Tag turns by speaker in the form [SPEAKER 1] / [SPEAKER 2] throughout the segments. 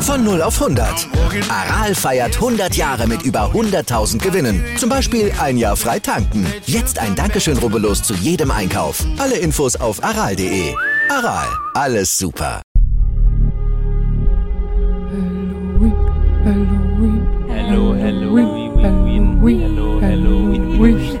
[SPEAKER 1] Von 0 auf 100. Aral feiert 100 Jahre mit über 100.000 Gewinnen. Zum Beispiel ein Jahr frei tanken. Jetzt ein Dankeschön, rubbellos zu jedem Einkauf. Alle Infos auf aral.de. Aral, alles super.
[SPEAKER 2] Halloween, Halloween,
[SPEAKER 3] Hello, Halloween, Halloween,
[SPEAKER 2] Halloween,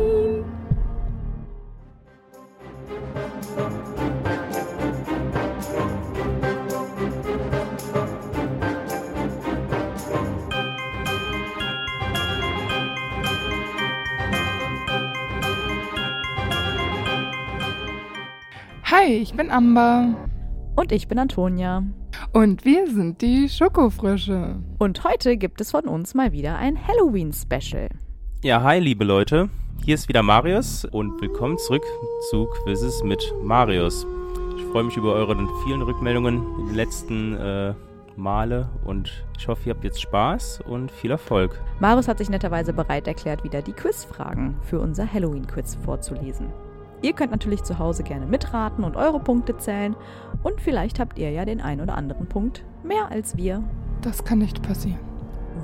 [SPEAKER 2] Hi, ich bin Amber
[SPEAKER 4] Und ich bin Antonia.
[SPEAKER 2] und wir sind die Schokofrösche.
[SPEAKER 4] Und heute gibt es von uns mal wieder ein Halloween-Special.
[SPEAKER 3] Ja, hi, liebe Leute. Hier ist wieder Marius und willkommen zurück zu Quizzes mit Marius. Ich freue mich über eure vielen Rückmeldungen in den letzten äh, Male und ich hoffe, ihr habt jetzt Spaß und viel Erfolg.
[SPEAKER 4] Marius hat sich netterweise bereit erklärt, wieder die Quizfragen für unser Halloween-Quiz vorzulesen. Ihr könnt natürlich zu Hause gerne mitraten und eure Punkte zählen. Und vielleicht habt ihr ja den ein oder anderen Punkt mehr als wir.
[SPEAKER 2] Das kann nicht passieren.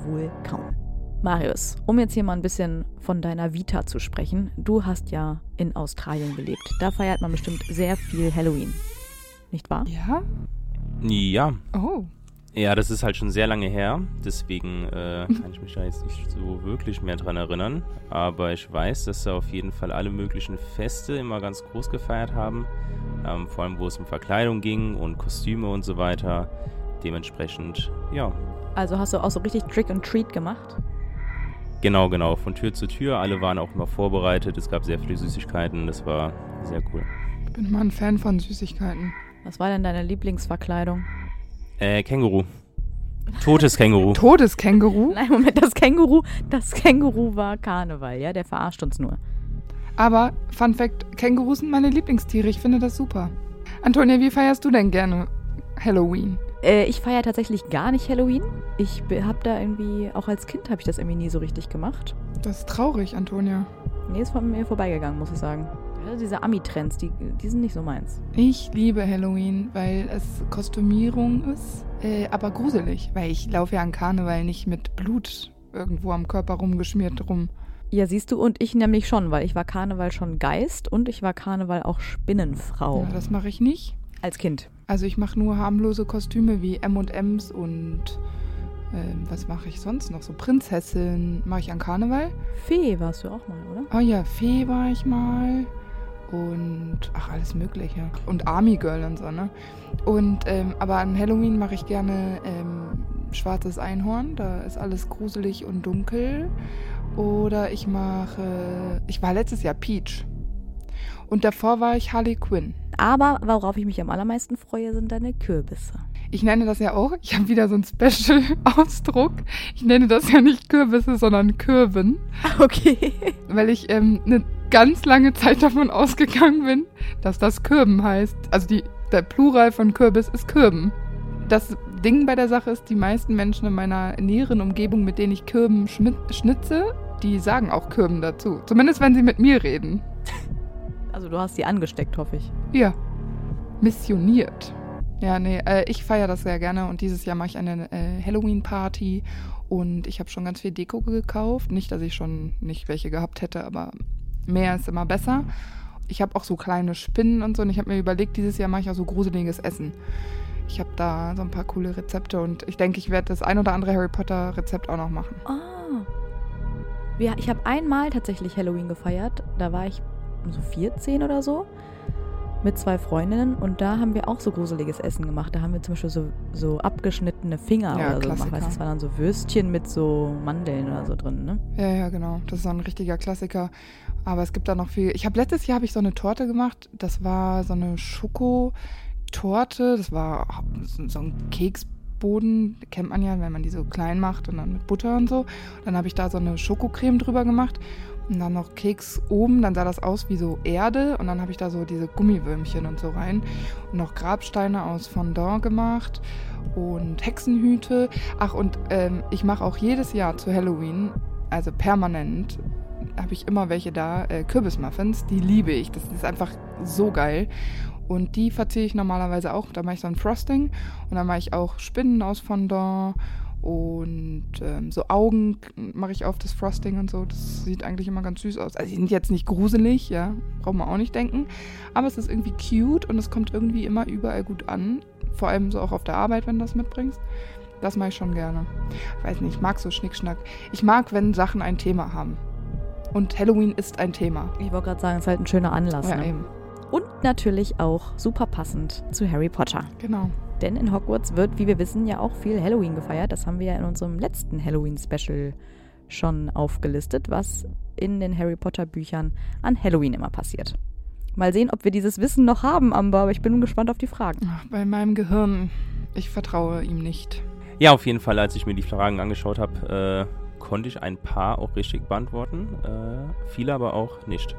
[SPEAKER 4] Wohl kaum. Marius, um jetzt hier mal ein bisschen von deiner Vita zu sprechen. Du hast ja in Australien gelebt. Da feiert man bestimmt sehr viel Halloween. Nicht wahr?
[SPEAKER 2] Ja?
[SPEAKER 3] Ja,
[SPEAKER 2] Oh.
[SPEAKER 3] Ja, das ist halt schon sehr lange her, deswegen äh, kann ich mich da jetzt nicht so wirklich mehr dran erinnern. Aber ich weiß, dass da auf jeden Fall alle möglichen Feste immer ganz groß gefeiert haben. Ähm, vor allem, wo es um Verkleidung ging und Kostüme und so weiter. Dementsprechend, ja,
[SPEAKER 4] Also hast du auch so richtig Trick and Treat gemacht?
[SPEAKER 3] genau, genau, von Tür zu Tür. Alle waren auch immer vorbereitet. Es gab sehr viele Süßigkeiten. Das war sehr cool.
[SPEAKER 2] Ich bin mal ein Fan von Süßigkeiten.
[SPEAKER 4] Was war denn deine Lieblingsverkleidung?
[SPEAKER 3] Äh, Känguru. Totes Känguru.
[SPEAKER 2] Todeskänguru?
[SPEAKER 4] Nein, Moment, das Känguru, das Känguru war Karneval, ja, der verarscht uns nur.
[SPEAKER 2] Aber, Fun Fact: Kängurus sind meine Lieblingstiere. Ich finde das super. Antonia, wie feierst du denn gerne Halloween?
[SPEAKER 4] Äh, ich feiere tatsächlich gar nicht Halloween. Ich habe da irgendwie, auch als Kind habe ich das irgendwie nie so richtig gemacht.
[SPEAKER 2] Das ist traurig, Antonia.
[SPEAKER 4] Nee, ist von mir vorbeigegangen, muss ich sagen. Ja, diese Ami-Trends, die, die sind nicht so meins.
[SPEAKER 2] Ich liebe Halloween, weil es Kostümierung ist, äh, aber gruselig, weil ich laufe ja an Karneval nicht mit Blut irgendwo am Körper rumgeschmiert rum.
[SPEAKER 4] Ja, siehst du, und ich nämlich schon, weil ich war Karneval schon Geist und ich war Karneval auch Spinnenfrau.
[SPEAKER 2] Ja, das mache ich nicht.
[SPEAKER 4] als Kind.
[SPEAKER 2] Also ich mache nur harmlose Kostüme wie M&Ms und ähm, was mache ich sonst noch? So Prinzessin mache ich an Karneval.
[SPEAKER 4] Fee warst du auch mal, oder?
[SPEAKER 2] Oh ja, Fee war ich mal und ach alles Mögliche und Army Girl und so ne. Und ähm, aber an Halloween mache ich gerne ähm, schwarzes Einhorn. Da ist alles gruselig und dunkel. Oder ich mache, ich war letztes Jahr Peach. Und davor war ich Harley Quinn.
[SPEAKER 4] Aber worauf ich mich am allermeisten freue, sind deine Kürbisse.
[SPEAKER 2] Ich nenne das ja auch, ich habe wieder so einen Special-Ausdruck. Ich nenne das ja nicht Kürbisse, sondern Kürben,
[SPEAKER 4] Okay.
[SPEAKER 2] weil ich ähm, eine ganz lange Zeit davon ausgegangen bin, dass das Kürben heißt. Also die, der Plural von Kürbis ist Kürben. Das Ding bei der Sache ist, die meisten Menschen in meiner näheren Umgebung, mit denen ich Kürben schmi- schnitze, die sagen auch Kürben dazu. Zumindest wenn sie mit mir reden.
[SPEAKER 4] Also du hast sie angesteckt, hoffe ich.
[SPEAKER 2] Ja. Missioniert. Ja, nee, äh, ich feiere das sehr gerne und dieses Jahr mache ich eine äh, Halloween-Party und ich habe schon ganz viel Deko gekauft. Nicht, dass ich schon nicht welche gehabt hätte, aber mehr ist immer besser. Ich habe auch so kleine Spinnen und so und ich habe mir überlegt, dieses Jahr mache ich auch so gruseliges Essen. Ich habe da so ein paar coole Rezepte und ich denke, ich werde das ein oder andere Harry Potter-Rezept auch noch machen.
[SPEAKER 4] Ah. Wir, ich habe einmal tatsächlich Halloween gefeiert. Da war ich so 14 oder so mit zwei Freundinnen und da haben wir auch so gruseliges Essen gemacht. Da haben wir zum Beispiel so, so abgeschnittene Finger
[SPEAKER 2] Ja,
[SPEAKER 4] oder so gemacht.
[SPEAKER 2] Klassiker.
[SPEAKER 4] Weißt, du, das waren dann so Würstchen mit so Mandeln oder so drin, ne?
[SPEAKER 2] Ja, ja, genau. Das ist so ein richtiger Klassiker. Aber es gibt da noch viel. Ich habe letztes Jahr habe ich so eine Torte gemacht. Das war so eine Schokotorte. Das war so ein Keksboden. Kennt man ja, wenn man die so klein macht und dann mit Butter und so. Dann habe ich da so eine Schokocreme drüber gemacht. Und dann noch Keks oben, dann sah das aus wie so Erde und dann habe ich da so diese Gummiwürmchen und so rein. Und noch Grabsteine aus Fondant gemacht und Hexenhüte. Ach, und ähm, ich mache auch jedes Jahr zu Halloween, also permanent, habe ich immer welche da, äh, Kürbismuffins, die liebe ich. Das ist einfach so geil. Und die verziehe ich normalerweise auch. Da mache ich so ein Frosting und dann mache ich auch Spinnen aus Fondant und ähm, so Augen mache ich auf das Frosting und so. Das sieht eigentlich immer ganz süß aus. Also die sind jetzt nicht gruselig, ja, braucht man auch nicht denken. Aber es ist irgendwie cute und es kommt irgendwie immer überall gut an. Vor allem so auch auf der Arbeit, wenn du das mitbringst. Das mache ich schon gerne. Ich weiß nicht, ich mag so Schnickschnack. Ich mag, wenn Sachen ein Thema haben. Und Halloween ist ein Thema.
[SPEAKER 4] Ich wollte gerade sagen, es ist halt ein schöner Anlass.
[SPEAKER 2] Ja,
[SPEAKER 4] ne?
[SPEAKER 2] eben.
[SPEAKER 4] Und natürlich auch super passend zu Harry Potter.
[SPEAKER 2] Genau.
[SPEAKER 4] Denn in Hogwarts wird, wie wir wissen, ja auch viel Halloween gefeiert. Das haben wir ja in unserem letzten Halloween-Special schon aufgelistet, was in den Harry Potter-Büchern an Halloween immer passiert. Mal sehen, ob wir dieses Wissen noch haben, Amber, aber ich bin gespannt auf die Fragen.
[SPEAKER 2] Ach, bei meinem Gehirn, ich vertraue ihm nicht.
[SPEAKER 3] Ja, auf jeden Fall, als ich mir die Fragen angeschaut habe, äh, konnte ich ein paar auch richtig beantworten, äh, viele aber auch nicht.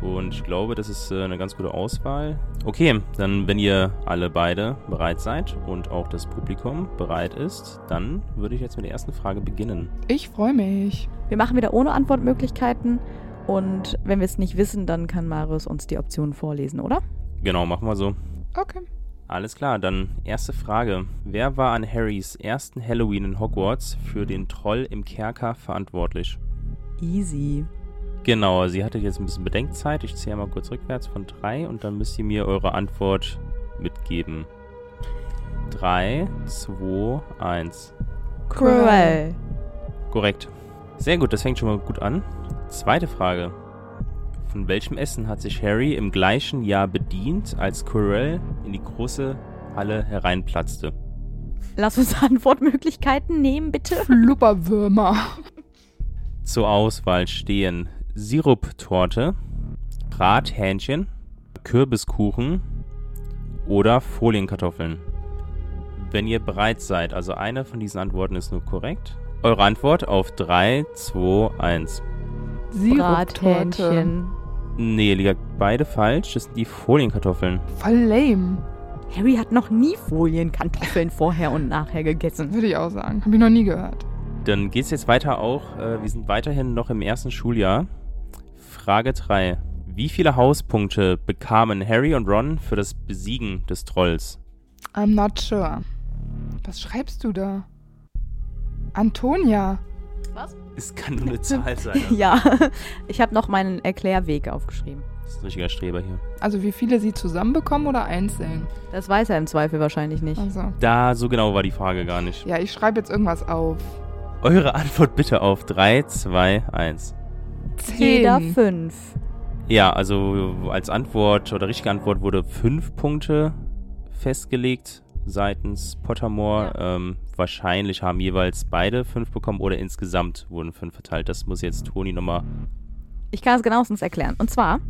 [SPEAKER 3] Und ich glaube, das ist äh, eine ganz gute Auswahl. Okay, dann wenn ihr alle beide bereit seid und auch das Publikum bereit ist, dann würde ich jetzt mit der ersten Frage beginnen.
[SPEAKER 2] Ich freue mich.
[SPEAKER 4] Wir machen wieder ohne Antwortmöglichkeiten und wenn wir es nicht wissen, dann kann Marius uns die Optionen vorlesen, oder?
[SPEAKER 3] Genau, machen wir so.
[SPEAKER 2] Okay.
[SPEAKER 3] Alles klar, dann erste Frage. Wer war an Harrys ersten Halloween in Hogwarts für den Troll im Kerker verantwortlich?
[SPEAKER 4] Easy.
[SPEAKER 3] Genau, sie hatte jetzt ein bisschen Bedenkzeit. Ich zähle mal kurz rückwärts von drei und dann müsst ihr mir eure Antwort mitgeben. Drei, zwei, eins.
[SPEAKER 2] Cruel.
[SPEAKER 3] Korrekt. Sehr gut, das fängt schon mal gut an. Zweite Frage. Von welchem Essen hat sich Harry im gleichen Jahr bedient, als Quirrell in die große Halle hereinplatzte?
[SPEAKER 4] Lass uns Antwortmöglichkeiten nehmen, bitte.
[SPEAKER 2] Flubberwürmer.
[SPEAKER 3] Zur Auswahl stehen Siruptorte, Brathähnchen, Kürbiskuchen oder Folienkartoffeln. Wenn ihr bereit seid, also eine von diesen Antworten ist nur korrekt. Eure Antwort auf 3, 2, 1.
[SPEAKER 2] Siruptorte.
[SPEAKER 3] Nee, liegt beide falsch. Das sind die Folienkartoffeln.
[SPEAKER 2] Voll lame,
[SPEAKER 4] Harry hat noch nie Folienkartoffeln vorher und nachher gegessen.
[SPEAKER 2] würde ich auch sagen. Hab ich noch nie gehört.
[SPEAKER 3] Dann geht's jetzt weiter auch. Äh, wir sind weiterhin noch im ersten Schuljahr. Frage 3. Wie viele Hauspunkte bekamen Harry und Ron für das Besiegen des Trolls?
[SPEAKER 2] I'm not sure. Was schreibst du da? Antonia.
[SPEAKER 3] Es kann nur eine Zahl sein.
[SPEAKER 4] Ja, ich habe noch meinen Erklärweg aufgeschrieben.
[SPEAKER 3] Das ist ein richtiger Streber hier.
[SPEAKER 2] Also wie viele sie zusammenbekommen oder einzeln?
[SPEAKER 4] Das weiß er im Zweifel wahrscheinlich nicht.
[SPEAKER 2] Also.
[SPEAKER 3] Da, so genau war die Frage gar nicht.
[SPEAKER 2] Ja, ich schreibe jetzt irgendwas auf.
[SPEAKER 3] Eure Antwort bitte auf 3, 2, 1.
[SPEAKER 4] Jeder fünf.
[SPEAKER 3] Ja, also als Antwort oder richtige Antwort wurde 5 Punkte festgelegt seitens Pottermore. Ähm, wahrscheinlich haben jeweils beide 5 bekommen oder insgesamt wurden 5 verteilt. Das muss jetzt Toni nochmal.
[SPEAKER 4] Ich kann es genauestens erklären. Und zwar,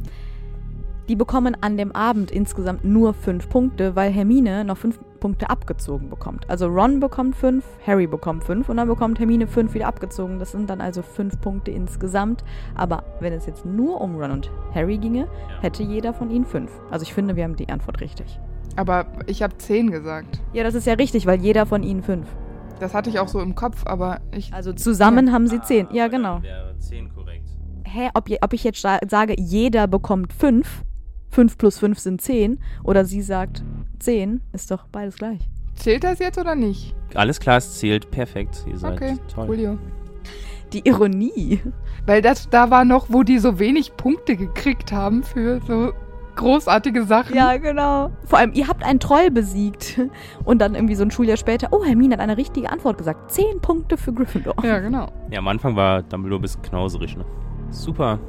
[SPEAKER 4] die bekommen an dem Abend insgesamt nur fünf Punkte, weil Hermine noch fünf Punkte abgezogen bekommt. Also Ron bekommt fünf, Harry bekommt fünf und dann bekommt Hermine fünf wieder abgezogen. Das sind dann also fünf Punkte insgesamt. Aber wenn es jetzt nur um Ron und Harry ginge, hätte jeder von ihnen fünf. Also ich finde, wir haben die Antwort richtig.
[SPEAKER 2] Aber ich habe zehn gesagt.
[SPEAKER 4] Ja, das ist ja richtig, weil jeder von ihnen fünf.
[SPEAKER 2] Das hatte ich auch so im Kopf, aber ich.
[SPEAKER 4] Also zusammen haben sie zehn.
[SPEAKER 3] Ah,
[SPEAKER 4] Ja, genau.
[SPEAKER 3] Wäre 10 korrekt.
[SPEAKER 4] hä, ob, je, ob ich jetzt sa- sage, jeder bekommt fünf, fünf plus fünf sind zehn, oder sie sagt zehn, ist doch beides gleich.
[SPEAKER 2] Zählt das jetzt oder nicht?
[SPEAKER 3] Alles klar, es zählt perfekt. Ihr seid
[SPEAKER 2] Okay,
[SPEAKER 3] toll.
[SPEAKER 2] Julio.
[SPEAKER 4] Die Ironie.
[SPEAKER 2] Weil das da war noch, wo die so wenig Punkte gekriegt haben für so großartige Sachen.
[SPEAKER 4] Ja, genau. Vor allem, ihr habt einen Troll besiegt. Und dann irgendwie so ein Schuljahr später, oh, Hermine hat eine richtige Antwort gesagt. Zehn Punkte für Gryffindor.
[SPEAKER 2] ja genau.
[SPEAKER 3] Ja, am Anfang war Dumbledore ein bisschen knauserig, ne? Super.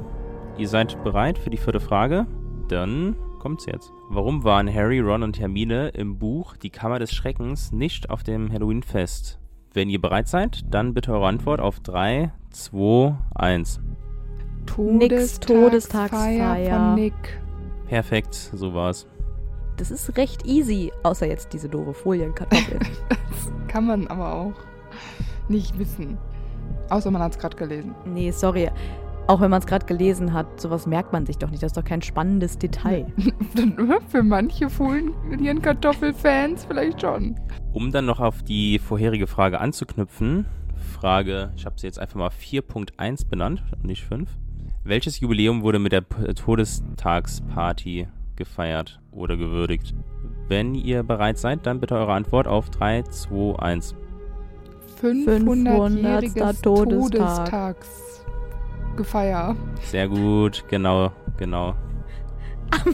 [SPEAKER 3] Ihr seid bereit für die vierte Frage? Dann kommt's jetzt. Warum waren Harry, Ron und Hermine im Buch Die Kammer des Schreckens nicht auf dem Halloween-Fest? Wenn ihr bereit seid, dann bitte eure Antwort auf 3, 2, 1.
[SPEAKER 4] Nix, Todestagsfeier.
[SPEAKER 2] von Nick.
[SPEAKER 3] Perfekt, so war's.
[SPEAKER 4] Das ist recht easy, außer jetzt diese doofe Folienkartoffel.
[SPEAKER 2] Kann man aber auch nicht wissen. Außer man hat es gerade gelesen.
[SPEAKER 4] nee, sorry. Auch wenn man es gerade gelesen hat, sowas merkt man sich doch nicht. Das ist doch kein spannendes Detail.
[SPEAKER 2] ne, Für manche Folienkartoffelfans vielleicht schon.
[SPEAKER 3] Um dann noch auf die vorherige Frage anzuknüpfen, Frage, ich habe sie jetzt einfach mal 4.1 benannt und nicht 5. Welches Jubiläum wurde mit der P- Todestagsparty gefeiert oder gewürdigt? Wenn ihr bereit seid, dann bitte eure Antwort auf 3, 2, 1.
[SPEAKER 2] 500-jähriges
[SPEAKER 4] 500. Todestag.
[SPEAKER 2] Todestagsgefeier.
[SPEAKER 3] Sehr gut, genau, genau.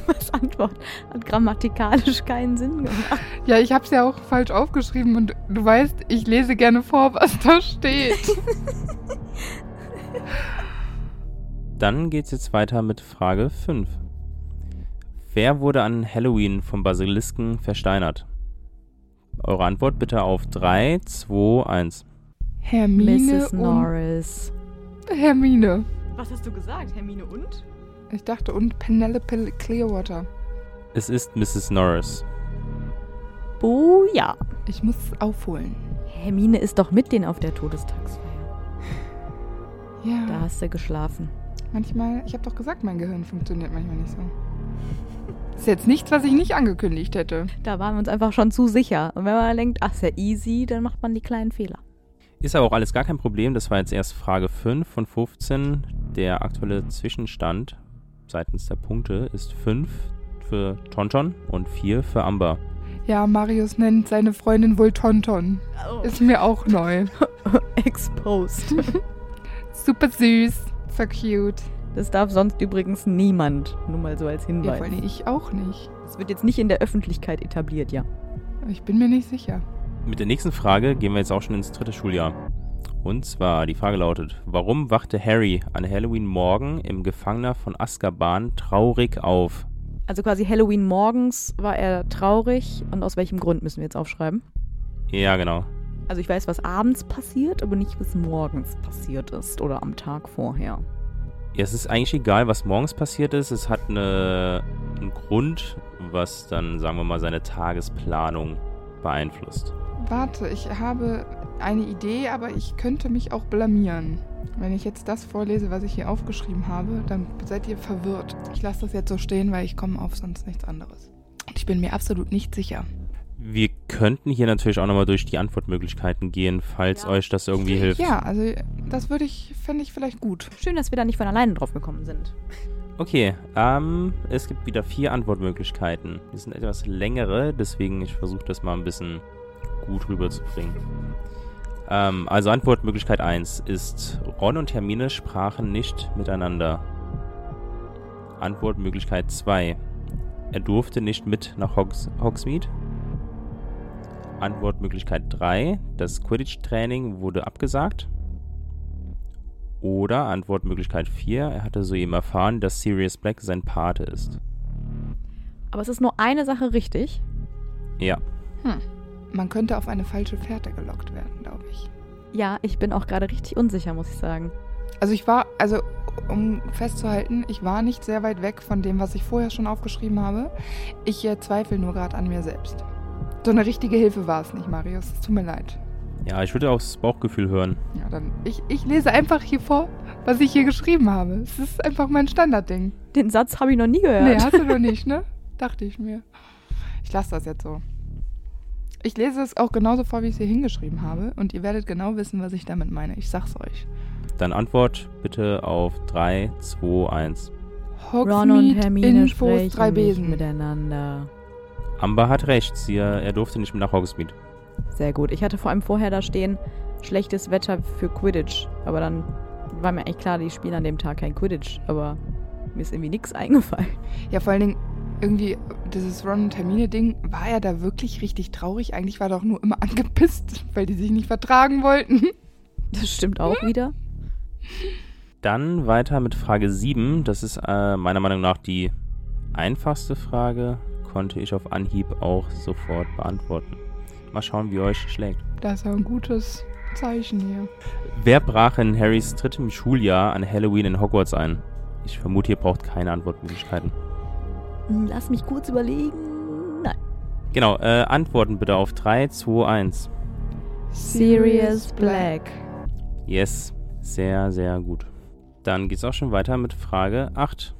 [SPEAKER 4] Was Antwort hat grammatikalisch keinen Sinn gemacht.
[SPEAKER 2] Ja, ich hab's ja auch falsch aufgeschrieben und du weißt, ich lese gerne vor, was da steht.
[SPEAKER 3] Dann geht's jetzt weiter mit Frage 5. Wer wurde an Halloween vom Basilisken versteinert? Eure Antwort bitte auf 3, 2, 1.
[SPEAKER 2] Hermine
[SPEAKER 4] Mrs.
[SPEAKER 2] und
[SPEAKER 4] Norris.
[SPEAKER 2] Hermine.
[SPEAKER 5] Was hast du gesagt, Hermine und?
[SPEAKER 2] Ich dachte und Penelope Clearwater.
[SPEAKER 3] Es ist Mrs. Norris.
[SPEAKER 4] Boja.
[SPEAKER 2] Ich muss es aufholen.
[SPEAKER 4] Hermine ist doch mit denen auf der Todestagsfeier.
[SPEAKER 2] Ja.
[SPEAKER 4] Da hast du geschlafen.
[SPEAKER 2] Manchmal, ich habe doch gesagt, mein Gehirn funktioniert manchmal nicht so. Ist jetzt nichts, was ich nicht angekündigt hätte.
[SPEAKER 4] Da waren wir uns einfach schon zu sicher. Und wenn man denkt, ach, ist ja easy, dann macht man die kleinen Fehler.
[SPEAKER 3] Ist aber auch alles gar kein Problem. Das war jetzt erst Frage 5 von 15. Der aktuelle Zwischenstand seitens der Punkte ist 5 für Tonton und 4 für Amber.
[SPEAKER 2] Ja, Marius nennt seine Freundin wohl Tonton.
[SPEAKER 5] Oh.
[SPEAKER 2] Ist mir auch neu.
[SPEAKER 4] Exposed.
[SPEAKER 2] Super süß. So cute.
[SPEAKER 4] Das darf sonst übrigens niemand. Nur mal so als
[SPEAKER 2] Ja,
[SPEAKER 4] Hinweis.
[SPEAKER 2] vor allem ich auch nicht.
[SPEAKER 4] Es wird jetzt nicht in der Öffentlichkeit etabliert, ja.
[SPEAKER 2] Ich bin mir nicht sicher.
[SPEAKER 3] Mit der nächsten Frage gehen wir jetzt auch schon ins dritte Schuljahr. Und zwar, die Frage lautet, warum wachte Harry an Halloween-Morgen im Gefangener von Azkaban traurig auf?
[SPEAKER 4] Also quasi Halloween morgens war er traurig. Und aus welchem Grund müssen wir jetzt aufschreiben?
[SPEAKER 3] Ja, genau.
[SPEAKER 4] Also ich weiß, was abends passiert, aber nicht, was morgens passiert ist oder am Tag vorher.
[SPEAKER 3] Ja, es ist eigentlich egal, was morgens passiert ist. Es hat eine, einen Grund, was dann, sagen wir mal, seine Tagesplanung beeinflusst.
[SPEAKER 2] Warte, ich habe eine Idee, aber ich könnte mich auch blamieren. Wenn ich jetzt das vorlese, was ich hier aufgeschrieben habe, dann seid ihr verwirrt. Ich lasse das jetzt so stehen, weil ich komme auf sonst nichts anderes. Und ich bin mir absolut nicht sicher.
[SPEAKER 3] Wir könnten hier natürlich auch nochmal durch die Antwortmöglichkeiten gehen, falls
[SPEAKER 4] Ja.
[SPEAKER 3] euch das irgendwie hilft.
[SPEAKER 2] Ja, also das würde ich, fände ich vielleicht gut.
[SPEAKER 4] Schön, dass wir da nicht von alleine drauf gekommen sind.
[SPEAKER 3] Okay, ähm, es gibt wieder vier Antwortmöglichkeiten. Die sind etwas längere, deswegen ich versuche das mal ein bisschen gut rüberzubringen. Ähm, also Antwortmöglichkeit 1 ist Ron und Hermine sprachen nicht miteinander. Antwortmöglichkeit 2. Er durfte nicht mit nach Hogs Hogsmeade. Antwortmöglichkeit 3. Das Quidditch-Training wurde abgesagt. Oder Antwortmöglichkeit 4, er hatte soeben erfahren, dass Sirius Black sein Pate ist.
[SPEAKER 4] Aber es ist nur eine Sache richtig.
[SPEAKER 3] Ja,
[SPEAKER 2] Man könnte auf eine falsche Fährte gelockt werden, glaube ich.
[SPEAKER 4] Ja, ich bin auch gerade richtig unsicher, muss ich sagen.
[SPEAKER 2] Also ich war, also um festzuhalten, ich war nicht sehr weit weg von dem, was ich vorher schon aufgeschrieben habe. Ich äh, zweifle nur gerade an mir selbst. So eine richtige Hilfe war es nicht, Marius. Es tut mir leid.
[SPEAKER 3] ja, ich würde aufs Bauchgefühl hören.
[SPEAKER 2] Ja, dann ich, ich lese einfach hier vor, was ich hier geschrieben habe. Es ist einfach mein Standardding.
[SPEAKER 4] Den Satz habe ich noch nie
[SPEAKER 2] Nee,
[SPEAKER 4] gehört.
[SPEAKER 2] hast du noch nicht, ne? Dachte ich mir. Ich lasse das jetzt so. Ich lese es auch genauso vor, wie ich es hier hingeschrieben habe. Und ihr werdet genau wissen, was ich damit meine. Ich sag's euch.
[SPEAKER 3] Dann Antwort bitte auf 3, 2, 1.
[SPEAKER 4] Ron und
[SPEAKER 2] Hogsmeade,
[SPEAKER 4] Hermine
[SPEAKER 2] Infos,
[SPEAKER 4] sprechen
[SPEAKER 2] drei
[SPEAKER 4] nicht
[SPEAKER 2] Besen.
[SPEAKER 4] miteinander.
[SPEAKER 3] Amber hat recht, sie, er durfte nicht mit nach Hogsmeade.
[SPEAKER 4] Sehr gut. Ich hatte vor allem vorher da stehen, schlechtes Wetter für Quidditch. Aber dann war mir eigentlich klar, die spielen an dem Tag kein Quidditch. Aber mir ist irgendwie nichts eingefallen.
[SPEAKER 2] Ja, vor allen Dingen, irgendwie, dieses Ron und Hermine-Ding, war er da wirklich richtig traurig? Eigentlich war er doch nur immer angepisst, weil die sich nicht vertragen wollten.
[SPEAKER 4] Das stimmt auch wieder.
[SPEAKER 3] Dann weiter mit Frage 7. Das ist äh, meiner Meinung nach die einfachste Frage. Konnte ich auf Anhieb auch sofort beantworten. Mal schauen, wie euch schlägt.
[SPEAKER 2] Das ist ja ein gutes Zeichen hier.
[SPEAKER 3] Wer brach in Harrys drittem Schuljahr an Halloween in Hogwarts ein? Ich vermute, ihr braucht keine Antwortmöglichkeiten.
[SPEAKER 4] Hm, Lass mich kurz überlegen. Nein.
[SPEAKER 3] Genau, äh, Antworten bitte auf 3, 2, 1.
[SPEAKER 4] Sirius Black.
[SPEAKER 3] Yes, sehr, sehr gut. Dann geht's auch schon weiter mit Frage 8.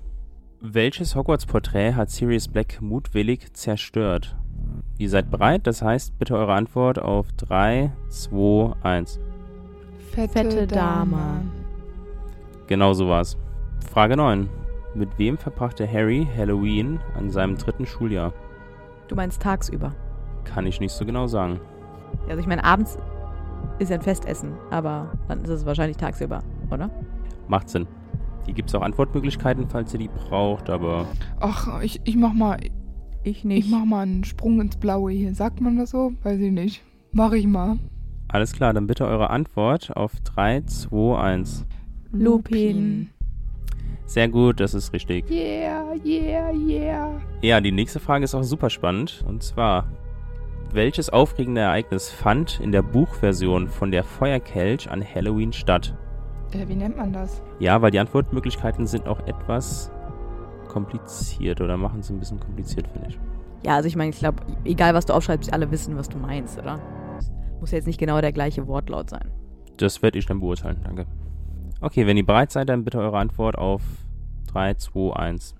[SPEAKER 3] Welches Hogwarts-Porträt hat Sirius Black mutwillig zerstört? Ihr seid bereit, das heißt bitte eure Antwort auf 3, 2, 1.
[SPEAKER 2] Fette,
[SPEAKER 4] Fette Dame.
[SPEAKER 3] Genau so war's. Frage 9. Mit wem verbrachte Harry Halloween an seinem dritten Schuljahr?
[SPEAKER 4] Du meinst tagsüber.
[SPEAKER 3] Kann ich nicht so genau sagen.
[SPEAKER 4] Also ich meine, abends ist ja ein Festessen, aber dann ist es wahrscheinlich tagsüber, oder?
[SPEAKER 3] Macht Sinn. Hier gibt's auch Antwortmöglichkeiten, falls ihr die braucht, aber
[SPEAKER 2] Ach, ich, ich mach mal,
[SPEAKER 4] Ich
[SPEAKER 2] ich mach mal einen Sprung ins Blaue hier. Sagt man das so? Weiß ich nicht. Mach ich mal.
[SPEAKER 3] alles klar, dann bitte eure Antwort auf 3, 2, 1.
[SPEAKER 4] Lupin.
[SPEAKER 3] Sehr gut, das ist richtig.
[SPEAKER 2] Yeah, yeah, yeah.
[SPEAKER 3] Ja, die nächste Frage ist auch super spannend. Und zwar, welches aufregende Ereignis fand in der Buchversion von der Feuerkelch an Halloween statt?
[SPEAKER 2] Äh, wie nennt man das?
[SPEAKER 3] Ja, weil die Antwortmöglichkeiten sind auch etwas kompliziert oder machen es ein bisschen kompliziert, finde ich.
[SPEAKER 4] Ja, also ich meine, ich glaube, egal was du aufschreibst, alle wissen, was du meinst, oder? Muss ja jetzt nicht genau der gleiche Wortlaut sein.
[SPEAKER 3] Das werde ich dann beurteilen, danke. Okay, wenn ihr bereit seid, dann bitte eure Antwort auf 3, 2, 1.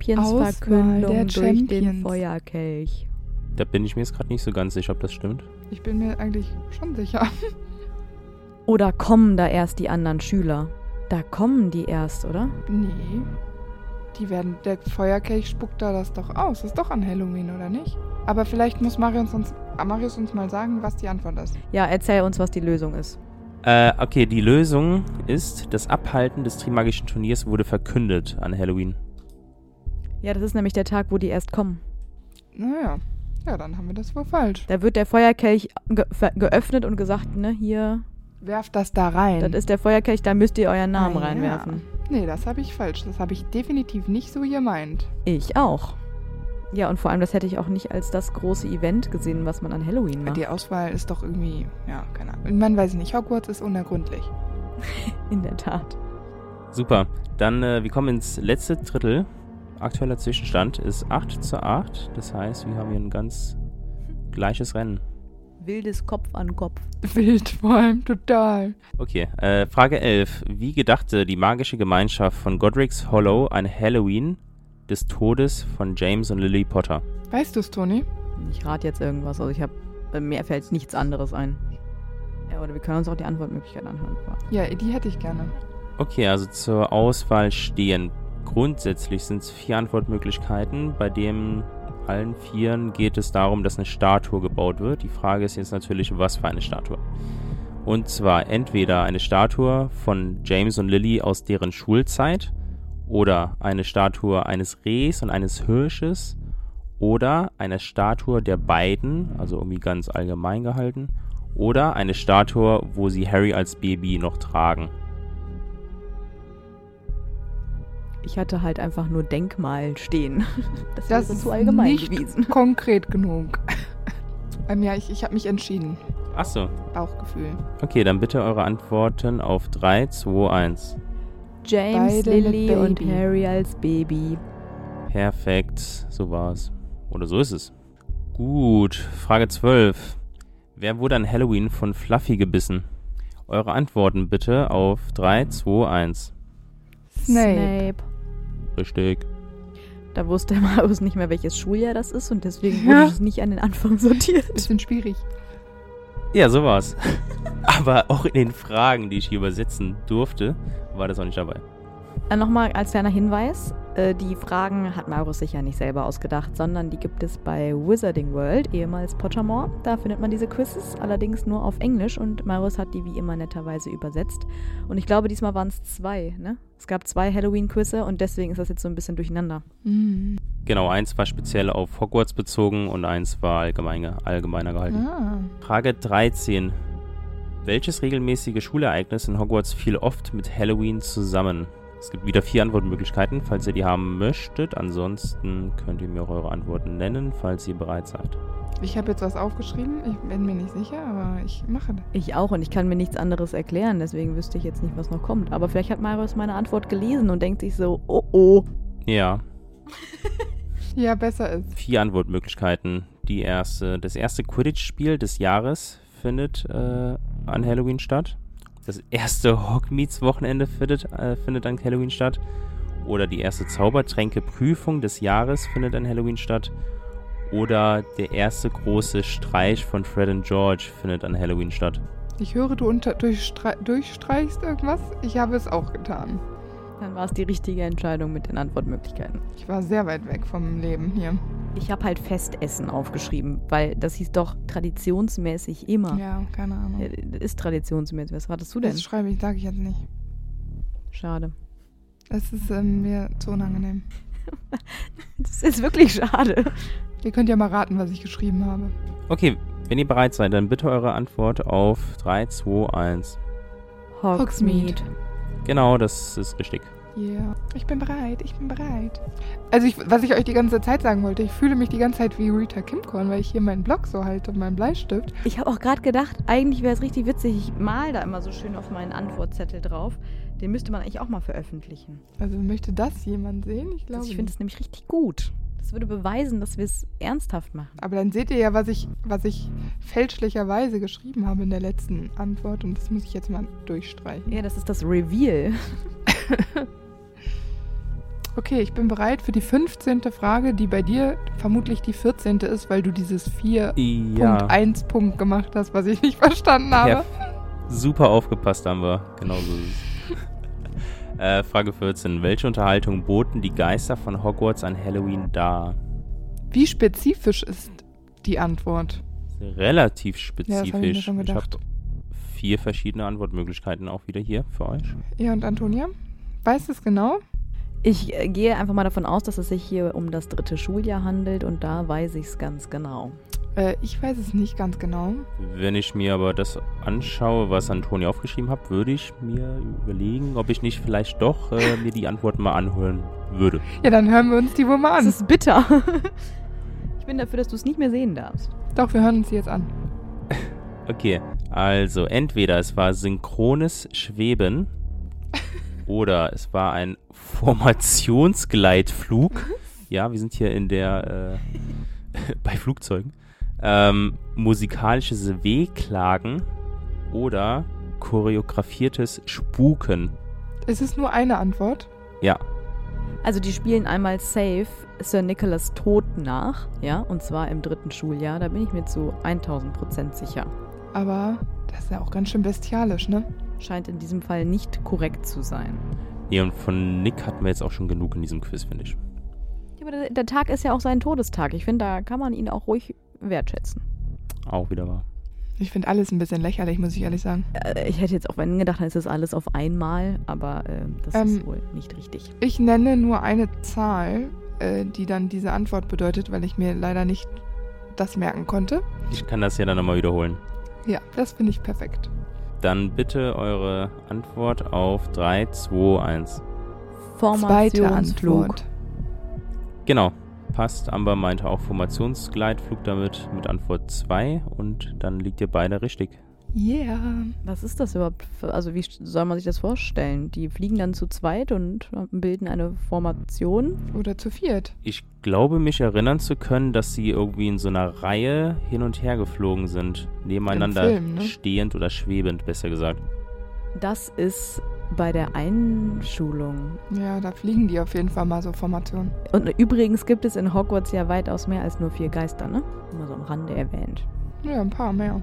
[SPEAKER 4] Champions-Verkündung
[SPEAKER 2] der
[SPEAKER 4] durch den
[SPEAKER 2] Champions.
[SPEAKER 4] Feuerkelch.
[SPEAKER 3] Da bin ich mir jetzt gerade nicht so ganz sicher, ob das stimmt.
[SPEAKER 2] Ich bin mir eigentlich schon sicher.
[SPEAKER 4] Oder kommen da erst die anderen Schüler? Da kommen die erst, oder?
[SPEAKER 2] Nee. Die werden, der Feuerkelch spuckt da das doch aus. Ist doch an Halloween, oder nicht? Aber vielleicht muss Marius uns, ah, Marius uns mal sagen, was die Antwort ist.
[SPEAKER 4] Ja, erzähl uns, was die Lösung ist.
[SPEAKER 3] Äh, okay, die Lösung ist, das Abhalten des Trimagischen Turniers wurde verkündet an Halloween.
[SPEAKER 4] Ja, das ist nämlich der Tag, wo die erst kommen.
[SPEAKER 2] Naja. Ja, dann haben wir das wohl falsch.
[SPEAKER 4] Da wird der Feuerkelch ge ver- geöffnet und gesagt, ne, hier,
[SPEAKER 2] Werft das da rein.
[SPEAKER 4] das ist der Feuerkelch, da müsst ihr euren Namen
[SPEAKER 2] Ah, ja.
[SPEAKER 4] reinwerfen.
[SPEAKER 2] Nee, das habe ich falsch. Das habe ich definitiv nicht so gemeint.
[SPEAKER 4] Ich auch. Ja, und vor allem, das hätte ich auch nicht als das große Event gesehen, was man an Halloween macht.
[SPEAKER 2] Die Auswahl ist doch irgendwie, ja, keine Ahnung. Man weiß nicht, Hogwarts ist unergründlich.
[SPEAKER 4] In der Tat.
[SPEAKER 3] Super. Dann, äh, wir kommen ins letzte Drittel. Aktueller Zwischenstand ist 8 zu 8. Das heißt, wir haben hier ein ganz gleiches Rennen.
[SPEAKER 4] Wildes Kopf an Kopf.
[SPEAKER 2] Wild vor allem, total.
[SPEAKER 3] Okay, äh, Frage 11. Wie gedachte die magische Gemeinschaft von Godric's Hollow an Halloween des Todes von James und Lily Potter?
[SPEAKER 2] Weißt du es, Toni?
[SPEAKER 4] Ich rate jetzt irgendwas, also ich habe mir fällt nichts anderes ein. Ja, oder wir können uns auch die Antwortmöglichkeit anhören.
[SPEAKER 2] Ja, die hätte ich gerne.
[SPEAKER 3] Okay, also zur Auswahl stehen. Grundsätzlich sind es vier Antwortmöglichkeiten. Bei dem allen vieren geht es darum, dass eine Statue gebaut wird. Die Frage ist jetzt natürlich, was für eine Statue. Und zwar entweder eine Statue von James und Lily aus deren Schulzeit oder eine Statue eines Rehs und eines Hirsches oder eine Statue der beiden, also irgendwie ganz allgemein gehalten, oder eine Statue, wo sie Harry als Baby noch tragen.
[SPEAKER 4] Ich hatte halt einfach nur Denkmal stehen.
[SPEAKER 2] Das
[SPEAKER 4] Das, wäre
[SPEAKER 2] ist
[SPEAKER 4] zu allgemein
[SPEAKER 2] nicht
[SPEAKER 4] gewesen.
[SPEAKER 2] konkret genug. ähm, ja, ich, ich habe mich entschieden.
[SPEAKER 3] Achso,
[SPEAKER 2] Bauchgefühl.
[SPEAKER 3] Okay, dann bitte eure Antworten auf 3, 2, 1.
[SPEAKER 4] James,
[SPEAKER 2] Beide mit
[SPEAKER 4] Lily und
[SPEAKER 2] Baby.
[SPEAKER 4] Harry als Baby.
[SPEAKER 3] Perfekt, so war's. Oder so ist es. Gut, Frage 12. Wer wurde an Halloween von Fluffy gebissen? Eure Antworten bitte auf 3, 2, 1.
[SPEAKER 2] Snape.
[SPEAKER 3] Richtig.
[SPEAKER 4] Da wusste Marius nicht mehr, welches Schuljahr das ist und deswegen
[SPEAKER 2] Ja.
[SPEAKER 4] wurde es nicht an den Anfang sortiert.
[SPEAKER 2] Bisschen schwierig.
[SPEAKER 3] Ja, so war's. Aber auch in den Fragen, die ich hier übersetzen durfte, war das auch nicht dabei.
[SPEAKER 4] Äh, Nochmal als kleiner Hinweis, äh, die Fragen hat Marius sich ja nicht selber ausgedacht, sondern die gibt es bei Wizarding World, ehemals Pottermore. Da findet man diese Quizzes, allerdings nur auf Englisch und Marius hat die wie immer netterweise übersetzt. Und ich glaube, diesmal waren es zwei, ne? Es gab zwei Halloween-Quizze und deswegen ist das jetzt so ein bisschen durcheinander. Hm.
[SPEAKER 2] Mhm.
[SPEAKER 3] Genau, eins war speziell auf Hogwarts bezogen und eins war allgemeiner, allgemeiner gehalten.
[SPEAKER 2] Ah.
[SPEAKER 3] Frage 13. Welches regelmäßige Schulereignis in Hogwarts fiel oft mit Halloween zusammen? Es gibt wieder vier Antwortmöglichkeiten, falls ihr die haben möchtet. Ansonsten könnt ihr mir auch eure Antworten nennen, falls ihr bereit seid.
[SPEAKER 2] Ich habe jetzt was aufgeschrieben. Ich bin mir nicht sicher, aber ich mache das.
[SPEAKER 4] Ich auch und ich kann mir nichts anderes erklären, deswegen wüsste ich jetzt nicht, was noch kommt. Aber vielleicht hat Marius meine Antwort gelesen und denkt sich so, oh oh.
[SPEAKER 3] Ja,
[SPEAKER 2] Ja, besser ist.
[SPEAKER 3] vier Antwortmöglichkeiten. Die erste, das erste Quidditch-Spiel des Jahres findet äh, an Halloween statt. Das erste Hogmeets-Wochenende findet, äh, findet an Halloween statt. Oder die erste Zaubertränke-Prüfung des Jahres findet an Halloween statt. Oder der erste große Streich von Fred und George findet an Halloween statt.
[SPEAKER 2] Ich höre, du unter durchstre durchstreichst irgendwas. Ich habe es auch getan.
[SPEAKER 4] Dann war es die richtige Entscheidung mit den Antwortmöglichkeiten.
[SPEAKER 2] Ich war sehr weit weg vom Leben hier.
[SPEAKER 4] Ich habe halt Festessen aufgeschrieben, weil das hieß doch traditionsmäßig immer.
[SPEAKER 2] Ja, keine Ahnung.
[SPEAKER 4] Äh, Ist traditionsmäßig. Was hattest du denn?
[SPEAKER 2] Das schreibe ich, sage ich jetzt nicht.
[SPEAKER 4] Schade.
[SPEAKER 2] Es ist ähm, mir zu unangenehm.
[SPEAKER 4] Das ist wirklich schade.
[SPEAKER 2] Ihr könnt ja mal raten, was ich geschrieben habe.
[SPEAKER 3] Okay, wenn ihr bereit seid, dann bitte eure Antwort auf 3, 2, 1.
[SPEAKER 2] Hogsmeade.
[SPEAKER 3] Genau, das ist richtig.
[SPEAKER 2] Ja. Ich bin bereit, ich bin bereit. Also, ich, was ich euch die ganze Zeit sagen wollte, ich fühle mich die ganze Zeit wie Rita Kimcorn, weil ich hier meinen Block so halte und meinen Bleistift.
[SPEAKER 4] Ich habe auch gerade gedacht, eigentlich wäre es richtig witzig. Ich mal da immer so schön auf meinen Antwortzettel drauf. Den müsste man eigentlich auch mal veröffentlichen.
[SPEAKER 2] Also, möchte das jemand sehen? Ich glaube.
[SPEAKER 4] Das, Also ich
[SPEAKER 2] nicht.
[SPEAKER 4] finde es nämlich richtig gut. Das würde beweisen, dass wir es ernsthaft machen.
[SPEAKER 2] Aber dann seht ihr ja, was ich, was ich fälschlicherweise geschrieben habe in der letzten Antwort und das muss ich jetzt mal durchstreichen.
[SPEAKER 4] Ja, das ist das Reveal.
[SPEAKER 2] Okay, ich bin bereit für die 15. Frage, die bei dir vermutlich die 14. ist, weil du dieses 4.1
[SPEAKER 3] Ja,
[SPEAKER 2] Punkt gemacht hast, was ich nicht verstanden habe.
[SPEAKER 3] Perf- super aufgepasst haben wir. Genau so ist es. äh, Frage 14. Welche Unterhaltung boten die Geister von Hogwarts an Halloween dar?
[SPEAKER 2] Wie spezifisch ist die Antwort?
[SPEAKER 3] Relativ
[SPEAKER 2] Ja, das habe ich mir
[SPEAKER 3] spezifisch.
[SPEAKER 2] schon
[SPEAKER 3] ich habe
[SPEAKER 2] gedacht.
[SPEAKER 3] vier verschiedene Antwortmöglichkeiten auch wieder hier für euch.
[SPEAKER 2] Ja, und Antonia? Weißt du es genau?
[SPEAKER 4] Ich äh, gehe einfach mal davon aus, dass es sich hier um das dritte Schuljahr handelt und da weiß ich es ganz genau.
[SPEAKER 2] Äh, ich weiß es nicht ganz genau.
[SPEAKER 3] Wenn ich mir aber das anschaue, was Antonio aufgeschrieben hat, würde ich mir überlegen, ob ich nicht vielleicht doch äh, mir die Antworten mal anhören würde.
[SPEAKER 2] Ja, dann hören wir uns die wohl mal
[SPEAKER 4] Das
[SPEAKER 2] an.
[SPEAKER 4] ist bitter. Ich bin dafür, dass du es nicht mehr sehen darfst.
[SPEAKER 2] Doch, wir hören uns die jetzt an.
[SPEAKER 3] Okay, also entweder es war synchrones Schweben oder es war ein Formationsgleitflug. Ja, wir sind hier in der äh, bei Flugzeugen. Ähm, musikalisches Wehklagen oder choreografiertes Spuken.
[SPEAKER 2] Es ist nur eine Antwort.
[SPEAKER 3] Ja,
[SPEAKER 4] Also die spielen einmal safe Sir Nicholas Tod nach, ja, und zwar im dritten Schuljahr. Da bin ich mir zu 1000 Prozent sicher.
[SPEAKER 2] Aber das ist ja auch ganz schön bestialisch, ne?
[SPEAKER 4] Scheint in diesem Fall nicht korrekt zu sein.
[SPEAKER 3] Nee, und von Nick hatten wir jetzt auch schon genug in diesem Quiz, finde ich.
[SPEAKER 4] Ja, aber der, der Tag ist ja auch sein Todestag. Ich finde, da kann man ihn auch ruhig wertschätzen.
[SPEAKER 3] Auch wieder wahr.
[SPEAKER 2] Ich finde alles ein bisschen lächerlich, muss ich ehrlich sagen.
[SPEAKER 4] Äh, ich hätte jetzt auch wenn gedacht, dann ist das alles auf einmal, aber äh, das
[SPEAKER 2] Ähm.
[SPEAKER 4] ist wohl nicht richtig.
[SPEAKER 2] Ich nenne nur eine Zahl, äh, die dann diese Antwort bedeutet, weil ich mir leider nicht das merken konnte.
[SPEAKER 3] Ich kann das ja dann nochmal wiederholen.
[SPEAKER 2] Ja, das finde ich perfekt.
[SPEAKER 3] Dann bitte eure Antwort auf 3, 2, 1.
[SPEAKER 2] Zweite
[SPEAKER 4] Formationsflug.
[SPEAKER 2] Antwort.
[SPEAKER 3] Genau. Passt. Amber meinte auch Formationsgleitflug damit mit Antwort 2 und dann liegt ihr beide richtig.
[SPEAKER 2] Yeah.
[SPEAKER 4] Was ist das überhaupt? für- Also wie st- soll man sich das vorstellen? Die fliegen dann zu zweit und bilden eine Formation.
[SPEAKER 2] Oder zu viert.
[SPEAKER 3] Ich glaube, mich erinnern zu können, dass sie irgendwie in so einer Reihe hin und her geflogen sind. Nebeneinander
[SPEAKER 2] Film, ne?
[SPEAKER 3] stehend oder schwebend, besser gesagt.
[SPEAKER 4] Das ist bei der Einschulung.
[SPEAKER 2] Ja, da fliegen die auf jeden Fall mal so Formationen.
[SPEAKER 4] Und übrigens gibt es in Hogwarts ja weitaus mehr als nur vier Geister, ne? Immer so am Rande erwähnt.
[SPEAKER 2] Ja, ein paar mehr.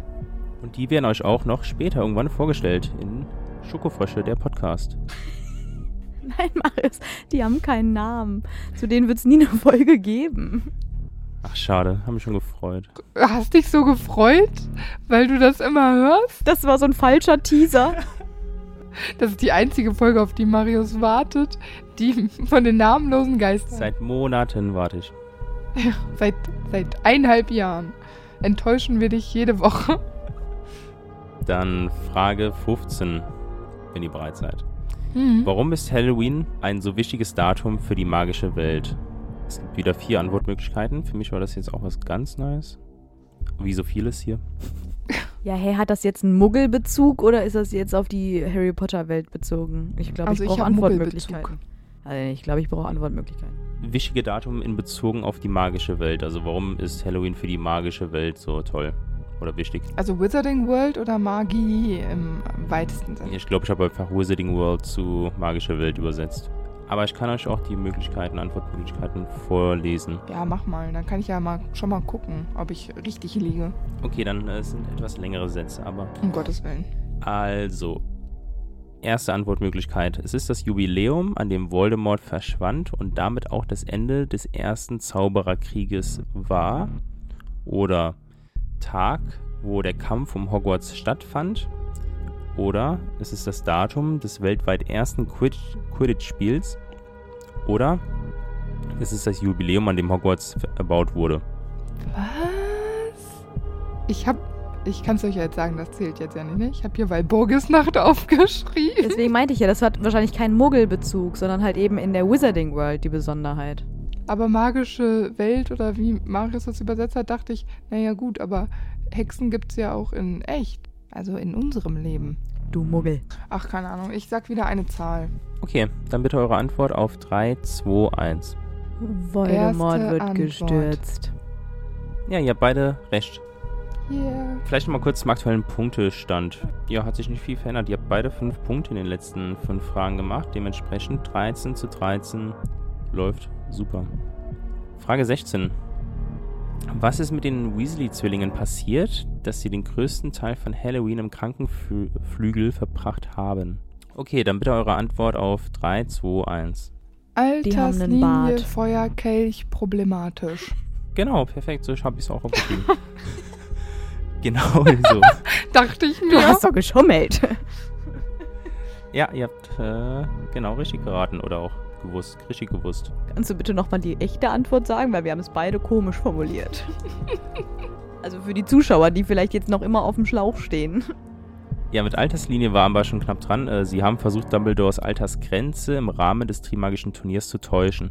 [SPEAKER 3] Und die werden euch auch noch später irgendwann vorgestellt in Schokofrösche, der Podcast.
[SPEAKER 4] Nein, mach es. Die haben keinen Namen. Zu denen wird es nie eine Folge geben.
[SPEAKER 3] Ach, schade. Haben mich schon gefreut.
[SPEAKER 2] Hast dich so gefreut, weil du das immer hörst?
[SPEAKER 4] Das war so ein falscher Teaser.
[SPEAKER 2] Das ist die einzige Folge, auf die Marius wartet, die von den namenlosen Geistern.
[SPEAKER 3] Seit Monaten warte ich.
[SPEAKER 2] seit, seit eineinhalb Jahren enttäuschen wir dich jede Woche.
[SPEAKER 3] Dann Frage 15, wenn ihr bereit seid.
[SPEAKER 2] Hm.
[SPEAKER 3] Warum ist Halloween ein so wichtiges Datum für die magische Welt? Es gibt wieder vier Antwortmöglichkeiten. Für mich war das jetzt auch was ganz Neues. Wie so vieles hier.
[SPEAKER 4] Ja, hey, hat das jetzt einen Muggelbezug oder ist das jetzt auf die Harry Potter Welt bezogen? Ich glaube,
[SPEAKER 2] Also
[SPEAKER 4] ich
[SPEAKER 2] ich
[SPEAKER 4] brauche
[SPEAKER 2] hab
[SPEAKER 4] Antwortmöglichkeiten.
[SPEAKER 2] Muggelbezug.
[SPEAKER 4] Also ich glaube, ich brauche Antwortmöglichkeiten.
[SPEAKER 3] Wichtige Datum in Bezug auf die magische Welt. Also warum ist Halloween für die magische Welt so toll? oder wichtig.
[SPEAKER 2] Also Wizarding World oder Magie im weitesten Sinne.
[SPEAKER 3] Ich glaube, ich habe einfach Wizarding World zu magische Welt übersetzt. Aber ich kann euch auch die Möglichkeiten, Antwortmöglichkeiten vorlesen.
[SPEAKER 2] Ja, mach mal. Dann kann ich ja mal schon mal gucken, ob ich richtig liege.
[SPEAKER 3] Okay, dann äh, es sind etwas längere Sätze, aber
[SPEAKER 2] Um Gottes Willen.
[SPEAKER 3] Also, erste Antwortmöglichkeit. Es ist das Jubiläum, an dem Voldemort verschwand und damit auch das Ende des ersten Zaubererkrieges war. Oder Tag, wo der Kampf um Hogwarts stattfand. Oder es ist das Datum des weltweit ersten Quid Quidditch-Spiels. Oder es ist das Jubiläum, an dem Hogwarts erbaut wurde.
[SPEAKER 2] Was? Ich hab. Ich kann es euch ja jetzt sagen, das zählt jetzt ja nicht. Ne? Ich habe hier Walburgisnacht aufgeschrieben.
[SPEAKER 4] Deswegen meinte ich ja, das hat wahrscheinlich keinen Muggelbezug, sondern halt eben in der Wizarding World die Besonderheit.
[SPEAKER 2] Aber magische Welt oder wie Marius das übersetzt hat, dachte ich, naja gut, aber Hexen gibt's ja auch in echt. Also in unserem Leben.
[SPEAKER 4] Du Muggel.
[SPEAKER 2] Ach, keine Ahnung. Ich sag wieder eine Zahl.
[SPEAKER 3] Okay, dann bitte eure Antwort auf 3, 2, 1.
[SPEAKER 4] Voldemort
[SPEAKER 2] Erste
[SPEAKER 4] wird
[SPEAKER 2] Antwort.
[SPEAKER 4] gestürzt.
[SPEAKER 3] Ja, ihr habt beide recht.
[SPEAKER 2] Yeah.
[SPEAKER 3] Vielleicht noch mal kurz zum aktuellen Punktestand. Ja, hat sich nicht viel verändert. Ihr habt beide fünf Punkte in den letzten fünf Fragen gemacht. Dementsprechend 13 zu 13 läuft super. Frage 16. Was ist mit den Weasley-Zwillingen passiert, dass sie den größten Teil von Halloween im Krankenflügel verbracht haben? Okay, dann bitte eure Antwort auf 3, 2, 1.
[SPEAKER 4] haben einen
[SPEAKER 2] Alterslinie,
[SPEAKER 4] Bart.
[SPEAKER 2] Feuerkelch, problematisch.
[SPEAKER 3] Genau, perfekt. So habe ich es auch aufgeschrieben. genau so.
[SPEAKER 2] Dachte ich
[SPEAKER 4] Du
[SPEAKER 2] mir.
[SPEAKER 4] hast doch geschummelt.
[SPEAKER 3] Ja, ihr habt äh, genau richtig geraten oder auch gewusst, richtig gewusst.
[SPEAKER 4] Kannst du bitte nochmal die echte Antwort sagen, weil wir haben es beide komisch formuliert. Also für die Zuschauer, die vielleicht jetzt noch immer auf dem Schlauch stehen.
[SPEAKER 3] Ja, mit Alterslinie waren wir schon knapp dran. Äh, sie haben versucht, Dumbledores Altersgrenze im Rahmen des Trimagischen Turniers zu täuschen.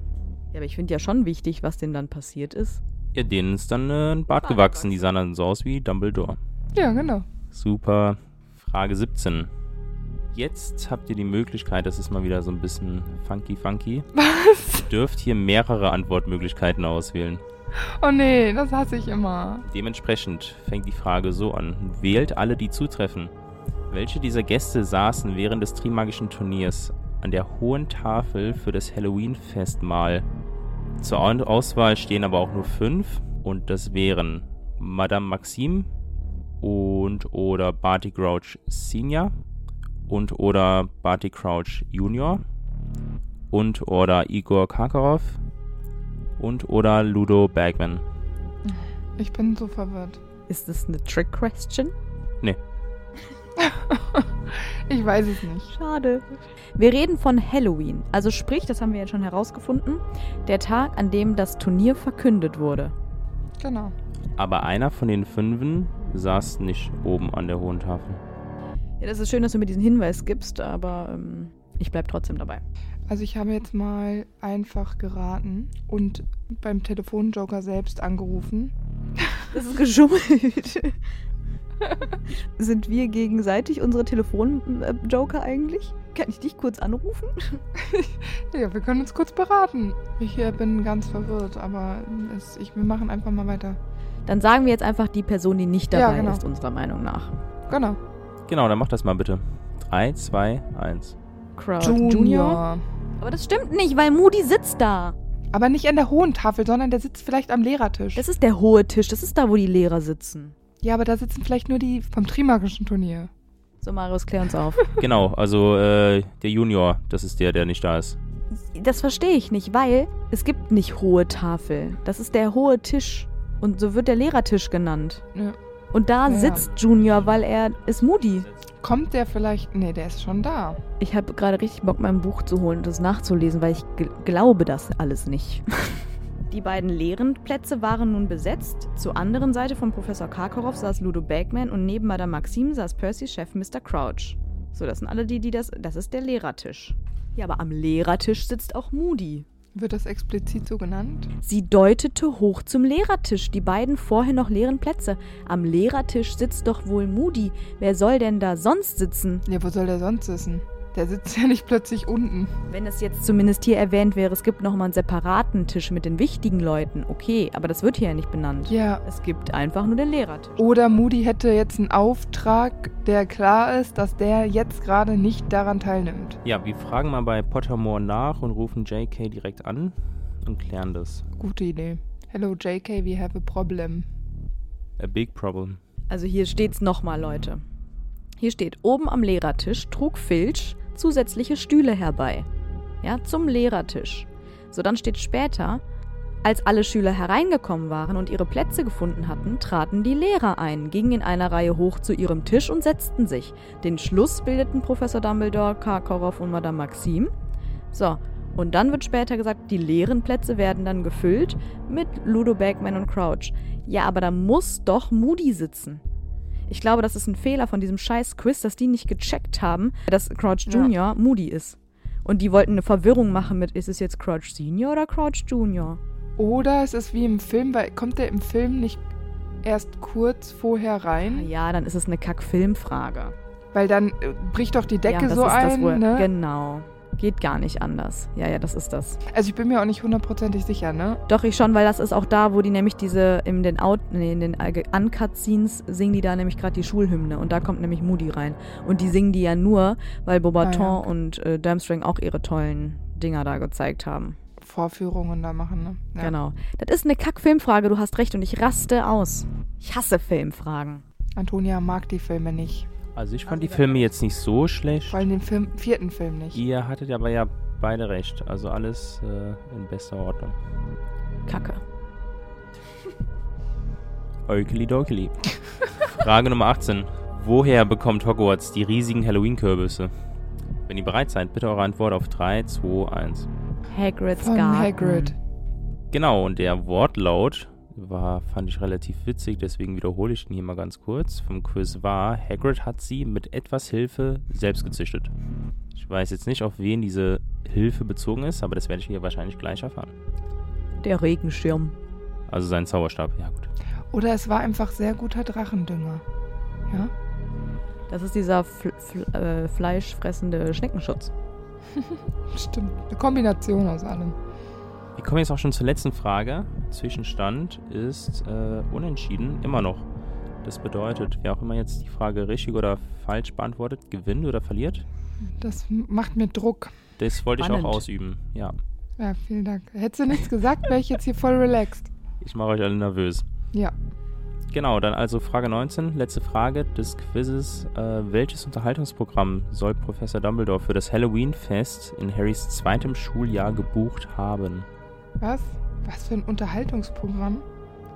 [SPEAKER 4] Ja, aber ich finde ja schon wichtig, was dem dann passiert ist.
[SPEAKER 3] Ja, denen ist dann äh, ein Bart
[SPEAKER 5] Bart
[SPEAKER 3] gewachsen. Die sahen dann so aus wie Dumbledore.
[SPEAKER 2] Ja, genau.
[SPEAKER 3] Super. Frage 17. Jetzt habt ihr die Möglichkeit, das ist mal wieder so ein bisschen funky funky.
[SPEAKER 2] Was?
[SPEAKER 3] Dürft hier mehrere Antwortmöglichkeiten auswählen.
[SPEAKER 2] Oh nee, das hasse ich immer.
[SPEAKER 3] Dementsprechend fängt die Frage so an. Wählt alle, die zutreffen. Welche dieser Gäste saßen während des Trimagischen Turniers an der hohen Tafel für das Halloween-Festmahl? Zur Au- Auswahl stehen aber auch nur fünf und das wären Madame Maxim und oder Barty Crouch Senior und oder Barty Crouch Junior und oder Igor Karkaroff und oder Ludo Bagman.
[SPEAKER 2] Ich bin so verwirrt.
[SPEAKER 4] Ist das eine Trick-Question?
[SPEAKER 2] Ich weiß es nicht.
[SPEAKER 4] Schade. Wir reden von Halloween. Also sprich, das haben wir jetzt schon herausgefunden, der Tag, an dem das Turnier verkündet wurde.
[SPEAKER 2] Genau.
[SPEAKER 3] Aber einer von den Fünfen saß nicht oben an der hohen Tafel.
[SPEAKER 4] Ja, das ist schön, dass du mir diesen Hinweis gibst, aber ähm, ich bleib trotzdem dabei.
[SPEAKER 2] Also ich habe jetzt mal einfach geraten und beim Telefonjoker selbst angerufen.
[SPEAKER 4] Das ist geschummelt. Sind wir gegenseitig unsere Telefonjoker eigentlich? Kann ich dich kurz anrufen?
[SPEAKER 2] Ja, wir können uns kurz beraten. Ich äh, bin ganz verwirrt, aber es, ich, wir machen einfach mal weiter.
[SPEAKER 4] Dann sagen wir jetzt einfach die Person, die nicht dabei
[SPEAKER 2] Ja, genau.
[SPEAKER 4] ist, unserer Meinung nach.
[SPEAKER 2] Genau.
[SPEAKER 3] Genau, dann mach das mal bitte. 3, 2, 1.
[SPEAKER 4] Crowd
[SPEAKER 2] Junior.
[SPEAKER 4] Aber das stimmt nicht, weil Moody sitzt da.
[SPEAKER 2] Aber nicht an der hohen Tafel, sondern der sitzt vielleicht am Lehrertisch.
[SPEAKER 4] Das ist der hohe Tisch, das ist da, wo die Lehrer sitzen.
[SPEAKER 2] ja, aber da sitzen vielleicht nur die vom Trimagischen Turnier.
[SPEAKER 4] So, Marius, klär uns auf.
[SPEAKER 3] Genau, also äh, der Junior, das ist der, der nicht da ist.
[SPEAKER 4] Das verstehe ich nicht, weil es gibt nicht hohe Tafel. Das ist der hohe Tisch. Und so wird der Lehrertisch genannt.
[SPEAKER 2] Ja.
[SPEAKER 4] Und da
[SPEAKER 2] Ja.
[SPEAKER 4] sitzt Junior, weil er ist Moody.
[SPEAKER 2] Kommt der vielleicht. Nee, der ist schon da.
[SPEAKER 4] Ich habe gerade richtig Bock, mein Buch zu holen und das nachzulesen, weil ich gl- glaube das alles nicht. Die beiden leeren Plätze waren nun besetzt. Zur anderen Seite von Professor Karkaroff saß Ludo Bagman und neben Madame Maxim saß Percy's Chef Mr. Crouch. So, das sind alle die, die das. Das ist der Lehrertisch. Ja, aber am Lehrertisch sitzt auch Moody.
[SPEAKER 2] Wird das explizit so genannt?
[SPEAKER 4] Sie deutete hoch zum Lehrertisch, die beiden vorher noch leeren Plätze. Am Lehrertisch sitzt doch wohl Moody. Wer soll denn da sonst sitzen?
[SPEAKER 2] Ja, wo soll der sonst sitzen? Der sitzt ja nicht plötzlich unten.
[SPEAKER 4] Wenn das jetzt zumindest hier erwähnt wäre, es gibt nochmal einen separaten Tisch mit den wichtigen Leuten, okay, aber das wird hier ja nicht benannt.
[SPEAKER 2] Ja.
[SPEAKER 4] Es gibt einfach nur den Lehrertisch.
[SPEAKER 2] Oder Moody hätte jetzt einen Auftrag, der klar ist, dass der jetzt gerade nicht daran teilnimmt.
[SPEAKER 3] Ja, wir fragen mal bei Pottermore nach und rufen JK direkt an und klären das.
[SPEAKER 2] Gute Idee. Hello JK, we have a problem.
[SPEAKER 3] A big problem.
[SPEAKER 4] Also hier steht's nochmal, Leute. Hier steht, oben am Lehrertisch trug Filch zusätzliche Stühle herbei. Ja, zum Lehrertisch. So, dann steht später, als alle Schüler hereingekommen waren und ihre Plätze gefunden hatten, traten die Lehrer ein, gingen in einer Reihe hoch zu ihrem Tisch und setzten sich. Den Schluss bildeten Professor Dumbledore, Karkaroff und Madame Maxim. So, und dann wird später gesagt, die leeren Plätze werden dann gefüllt mit Ludo Bagman und Crouch. Ja, aber da muss doch Moody sitzen. Ich glaube, das ist ein Fehler von diesem scheiß Quiz, dass die nicht gecheckt haben, dass Crouch
[SPEAKER 2] Ja.
[SPEAKER 4] Junior Moody ist. Und die wollten eine Verwirrung machen mit, ist es jetzt Crouch Senior oder Crouch Junior?
[SPEAKER 2] Oder es ist wie im Film, weil kommt der im Film nicht erst kurz vorher
[SPEAKER 4] Na
[SPEAKER 2] rein?
[SPEAKER 4] Ah Ja, dann ist es eine Kack-Filmfrage.
[SPEAKER 2] Weil dann äh, bricht doch die Decke
[SPEAKER 4] ja, das
[SPEAKER 2] so
[SPEAKER 4] ist
[SPEAKER 2] ein.
[SPEAKER 4] das wohl.
[SPEAKER 2] ne?
[SPEAKER 4] Genau. Geht gar nicht anders. Ja, ja, das ist das.
[SPEAKER 2] Also ich bin mir auch nicht hundertprozentig sicher, ne?
[SPEAKER 4] Doch, ich schon, weil das ist auch da, wo die nämlich diese, in den, Out, nee, in den Allge- Uncut-Scenes singen die da nämlich gerade die Schulhymne und da kommt nämlich Moody rein. Und die singen die ja nur, weil Bobaton
[SPEAKER 2] Ah, ja, okay.
[SPEAKER 4] und äh, Durmstrang auch ihre tollen Dinger da gezeigt haben.
[SPEAKER 2] Vorführungen da machen, ne? Ja.
[SPEAKER 4] Genau. Das ist eine Kack-Filmfrage, du hast recht und ich raste aus. Ich hasse Filmfragen.
[SPEAKER 2] Antonia mag die Filme nicht.
[SPEAKER 3] Also ich fand die Filme jetzt nicht so schlecht.
[SPEAKER 2] Vor allem den Film, vierten Film nicht.
[SPEAKER 3] Ihr hattet aber ja beide recht. Also alles äh, in bester Ordnung.
[SPEAKER 4] Kacke.
[SPEAKER 3] Oikeli dokeli. Frage Nummer 18. Woher bekommt Hogwarts die riesigen Halloween-Kürbisse? Wenn ihr bereit seid, bitte eure Antwort auf 3, 2, 1.
[SPEAKER 4] Hagrids
[SPEAKER 2] Von
[SPEAKER 4] Garten.
[SPEAKER 2] Hagrid.
[SPEAKER 4] Hm.
[SPEAKER 3] Genau, und der Wortlaut war, fand ich relativ witzig, deswegen wiederhole ich ihn hier mal ganz kurz. Vom Quiz war, Hagrid hat sie mit etwas Hilfe selbst gezüchtet. Ich weiß jetzt nicht, auf wen diese Hilfe bezogen ist, aber das werde ich hier wahrscheinlich gleich erfahren.
[SPEAKER 4] Der Regenschirm.
[SPEAKER 3] Also sein Zauberstab, ja gut.
[SPEAKER 2] Oder es war einfach sehr guter Drachendünger. Ja?
[SPEAKER 4] Das ist dieser fl fl äh, fleischfressende Schneckenschutz.
[SPEAKER 2] Stimmt. Eine Kombination aus allem.
[SPEAKER 3] Wir kommen jetzt auch schon zur letzten Frage. Zwischenstand ist äh, unentschieden, immer noch. Das bedeutet, wer auch immer jetzt die Frage richtig oder falsch beantwortet, gewinnt oder verliert.
[SPEAKER 2] Das m- macht mir Druck.
[SPEAKER 3] Das wollte ich auch
[SPEAKER 4] Spannend.
[SPEAKER 3] ausüben, ja.
[SPEAKER 2] Ja, vielen Dank. Hättest du nichts gesagt, wäre ich jetzt hier voll relaxed.
[SPEAKER 3] Ich mache euch alle nervös.
[SPEAKER 2] Ja.
[SPEAKER 3] Genau, dann also Frage 19, letzte Frage des Quizzes. Äh, welches Unterhaltungsprogramm soll Professor Dumbledore für das Halloween-Fest in Harrys zweitem Schuljahr gebucht haben?
[SPEAKER 2] Was? Was für ein Unterhaltungsprogramm?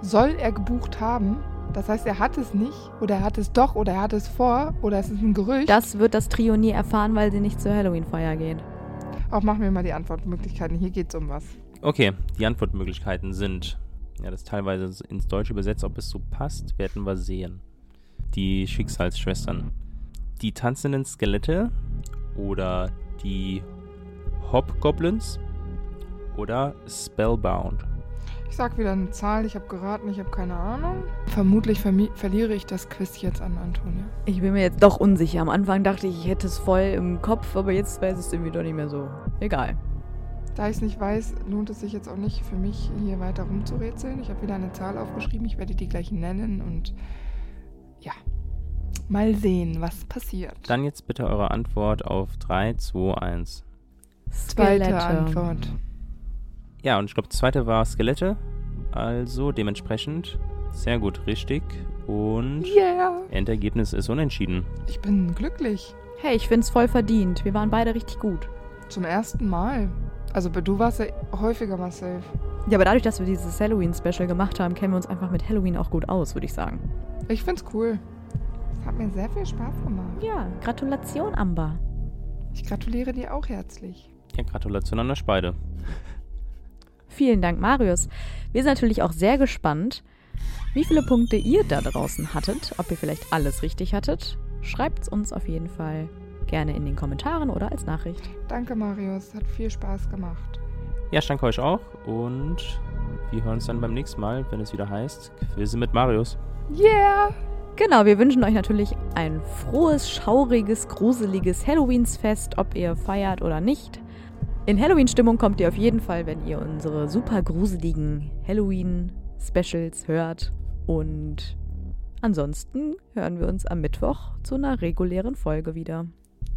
[SPEAKER 2] Soll er gebucht haben? Das heißt, er hat es nicht oder er hat es doch oder er hat es vor oder es ist ein Gerücht.
[SPEAKER 4] Das wird das Trio nie erfahren, weil sie nicht zur Halloween-Feier gehen.
[SPEAKER 2] Auch machen wir mal die Antwortmöglichkeiten. Hier geht's um was.
[SPEAKER 3] Okay, die Antwortmöglichkeiten sind, ja, das ist teilweise ins Deutsche übersetzt, ob es so passt, werden wir sehen. Die Schicksalsschwestern, die tanzenden Skelette oder die Hobgoblins oder Spellbound.
[SPEAKER 2] Ich sag wieder eine Zahl, ich habe geraten, ich habe keine Ahnung. Vermutlich vermi- verliere ich das Quiz jetzt an Antonia.
[SPEAKER 4] Ich bin mir jetzt doch unsicher. Am Anfang dachte ich, ich hätte es voll im Kopf, aber jetzt weiß ich es irgendwie doch nicht mehr so. Egal.
[SPEAKER 2] Da ich es nicht weiß, lohnt es sich jetzt auch nicht für mich, hier weiter rumzurätseln. Ich habe wieder eine Zahl aufgeschrieben, ich werde die gleich nennen und ja, mal sehen, was passiert.
[SPEAKER 3] Dann jetzt bitte eure Antwort auf 3, 2, 1.
[SPEAKER 2] Zweite
[SPEAKER 4] Skelette.
[SPEAKER 2] Antwort.
[SPEAKER 3] Ja, und ich glaube, das zweite war Skelette. Also dementsprechend sehr gut, richtig. Und
[SPEAKER 2] Yeah!
[SPEAKER 3] Endergebnis ist unentschieden.
[SPEAKER 2] Ich bin glücklich.
[SPEAKER 4] Hey, ich find's voll verdient. Wir waren beide richtig gut.
[SPEAKER 2] Zum ersten Mal. Also du warst ja häufiger mal safe.
[SPEAKER 4] Ja, aber dadurch, dass wir dieses Halloween-Special gemacht haben, kennen wir uns einfach mit Halloween auch gut aus, würde ich sagen.
[SPEAKER 2] Ich find's cool. Es hat mir sehr viel Spaß gemacht.
[SPEAKER 4] Ja, Gratulation, Amber.
[SPEAKER 2] Ich gratuliere dir auch herzlich.
[SPEAKER 3] Ja, Gratulation an euch beide.
[SPEAKER 4] Vielen Dank, Marius. Wir sind natürlich auch sehr gespannt, wie viele Punkte ihr da draußen hattet, ob ihr vielleicht alles richtig hattet. Schreibt's uns auf jeden Fall gerne in den Kommentaren oder als Nachricht.
[SPEAKER 2] Danke, Marius. Hat viel Spaß gemacht.
[SPEAKER 3] Ja, ich danke euch auch und wir hören uns dann beim nächsten Mal, wenn es wieder heißt Quizze mit Marius.
[SPEAKER 2] Yeah!
[SPEAKER 4] Genau, wir wünschen euch natürlich ein frohes, schauriges, gruseliges Halloweensfest, ob ihr feiert oder nicht. In Halloween-Stimmung kommt ihr auf jeden Fall, wenn ihr unsere super gruseligen Halloween-Specials hört. Und ansonsten hören wir uns am Mittwoch zu einer regulären Folge wieder.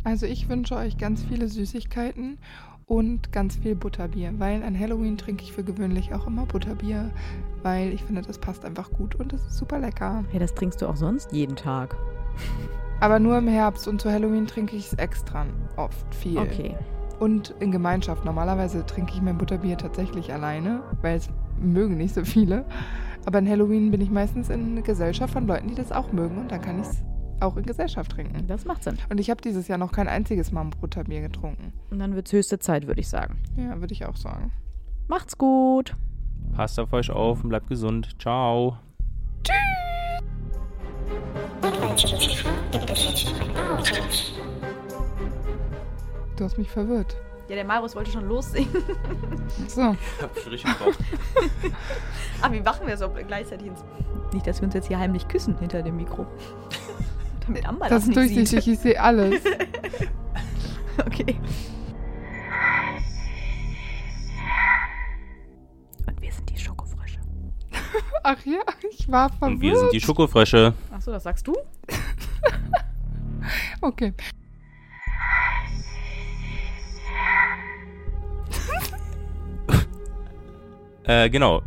[SPEAKER 2] Also ich wünsche euch ganz viele Süßigkeiten und ganz viel Butterbier, weil an Halloween trinke ich für gewöhnlich auch immer Butterbier, weil ich finde, das passt einfach gut und es ist super lecker.
[SPEAKER 4] Hey, das trinkst du auch sonst jeden Tag.
[SPEAKER 2] Aber nur im Herbst und zu Halloween trinke ich es extra oft viel.
[SPEAKER 4] Okay.
[SPEAKER 2] Und in Gemeinschaft. Normalerweise trinke ich mein Butterbier tatsächlich alleine, weil es mögen nicht so viele. Aber an Halloween bin ich meistens in Gesellschaft von Leuten, die das auch mögen und dann kann ich es auch in Gesellschaft trinken.
[SPEAKER 4] Das macht Sinn.
[SPEAKER 2] Und ich habe dieses Jahr noch kein einziges Mal ein Butterbier getrunken.
[SPEAKER 4] Und dann wird's höchste Zeit, würde ich sagen.
[SPEAKER 2] Ja, würde ich auch sagen.
[SPEAKER 4] Macht's gut.
[SPEAKER 3] Passt auf euch auf und bleibt gesund. Ciao.
[SPEAKER 2] Du hast mich verwirrt.
[SPEAKER 5] Ja, der Marius wollte schon lossingen.
[SPEAKER 2] So,
[SPEAKER 3] Ich hab schon richtig drauf.
[SPEAKER 5] Ach, Ah, wie machen wir so gleichzeitig ins
[SPEAKER 4] Nicht, dass wir uns jetzt hier heimlich küssen hinter dem Mikro.
[SPEAKER 5] Damit Amber
[SPEAKER 2] das
[SPEAKER 5] das,
[SPEAKER 2] ist
[SPEAKER 5] nicht sieht.
[SPEAKER 2] durchsichtig, ich sehe alles.
[SPEAKER 4] Okay. Und wir sind die Schokofrösche.
[SPEAKER 2] Ach ja, ich war verwirrt.
[SPEAKER 3] Und wir sind die Schokofrösche.
[SPEAKER 4] Achso, das sagst du?
[SPEAKER 2] Okay.
[SPEAKER 3] Äh, genau.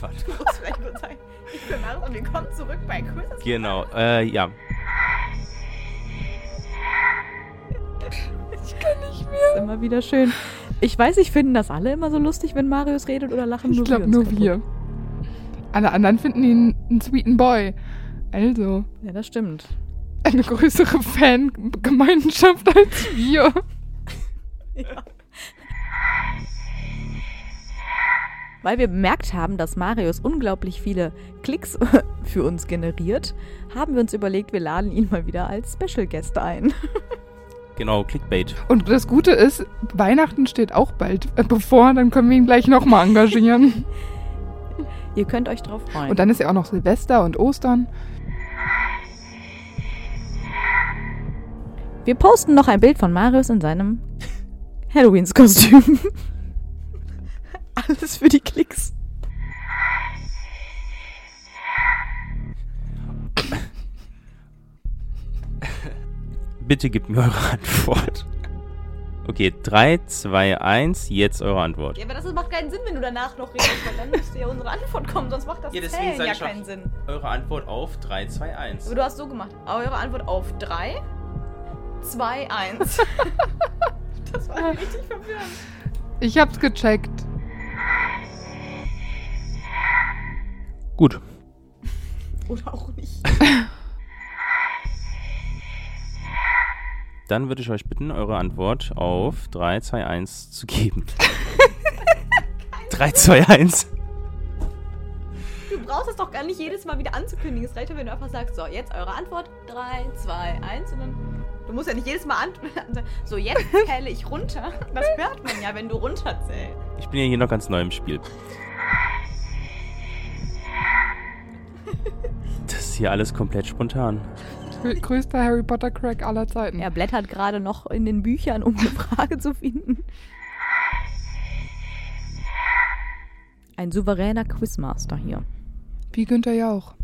[SPEAKER 3] Warte.
[SPEAKER 5] Ich muss vielleicht kurz sagen, ich bin Marius und wir kommen zurück bei Quiz.
[SPEAKER 3] Genau. Äh, ja.
[SPEAKER 4] Ist immer wieder schön. Ich weiß, ich finden das alle immer so lustig, wenn Marius redet oder lachen
[SPEAKER 2] Ich
[SPEAKER 4] nur
[SPEAKER 2] glaube
[SPEAKER 4] wir uns
[SPEAKER 2] nur
[SPEAKER 4] kaputt.
[SPEAKER 2] wir. Alle anderen finden ihn einen sweeten Boy. Also,
[SPEAKER 4] Ja, das stimmt.
[SPEAKER 2] eine größere Fangemeinschaft als wir.
[SPEAKER 4] Weil wir bemerkt haben, dass Marius unglaublich viele Klicks für uns generiert, haben wir uns überlegt, wir laden ihn mal wieder als Special Guest ein.
[SPEAKER 3] Genau, Clickbait.
[SPEAKER 2] Und das Gute ist, Weihnachten steht auch bald äh, bevor, dann können wir ihn gleich nochmal engagieren.
[SPEAKER 4] Ihr könnt euch drauf freuen.
[SPEAKER 2] Und dann ist ja auch noch Silvester und Ostern.
[SPEAKER 4] wir posten noch ein Bild von Marius in seinem Halloweens-Kostüm. Alles für die Klicks.
[SPEAKER 3] Bitte gebt mir eure Antwort. Okay, 3, 2, 1, jetzt eure Antwort.
[SPEAKER 5] Ja, aber das macht keinen Sinn, wenn du danach noch redest, weil dann müsste ja unsere Antwort kommen, sonst macht das
[SPEAKER 3] Ja, deswegen
[SPEAKER 5] Zählen
[SPEAKER 3] sag
[SPEAKER 5] ja
[SPEAKER 3] ich doch-
[SPEAKER 5] keinen Sinn.
[SPEAKER 3] Eure Antwort auf 3, 2,
[SPEAKER 5] Aber
[SPEAKER 3] 1.
[SPEAKER 5] du hast so gemacht. Eure Antwort auf 3, 2, 1. Das war richtig verwirrend.
[SPEAKER 2] Ich hab's gecheckt.
[SPEAKER 3] Gut.
[SPEAKER 5] Oder auch nicht.
[SPEAKER 3] Dann würde ich euch bitten, eure Antwort auf 3, 2, 1 zu geben. 3, 2, 1.
[SPEAKER 5] Du brauchst es doch gar nicht jedes Mal wieder anzukündigen. Es reicht ja, wenn du einfach sagst, so, jetzt eure Antwort. 3, 2, 1 und dann... Du musst ja nicht jedes Mal antworten. So, jetzt zähle ich runter. Das hört man ja, wenn du runterzählst.
[SPEAKER 3] Ich bin ja hier noch ganz neu im Spiel. Das ist hier alles komplett spontan.
[SPEAKER 2] Grö- Größter Harry Potter Crack aller Zeiten.
[SPEAKER 4] Er blättert gerade noch in den Büchern, um eine Frage zu finden. Ein souveräner Quizmaster hier.
[SPEAKER 2] Wie Günther Jauch.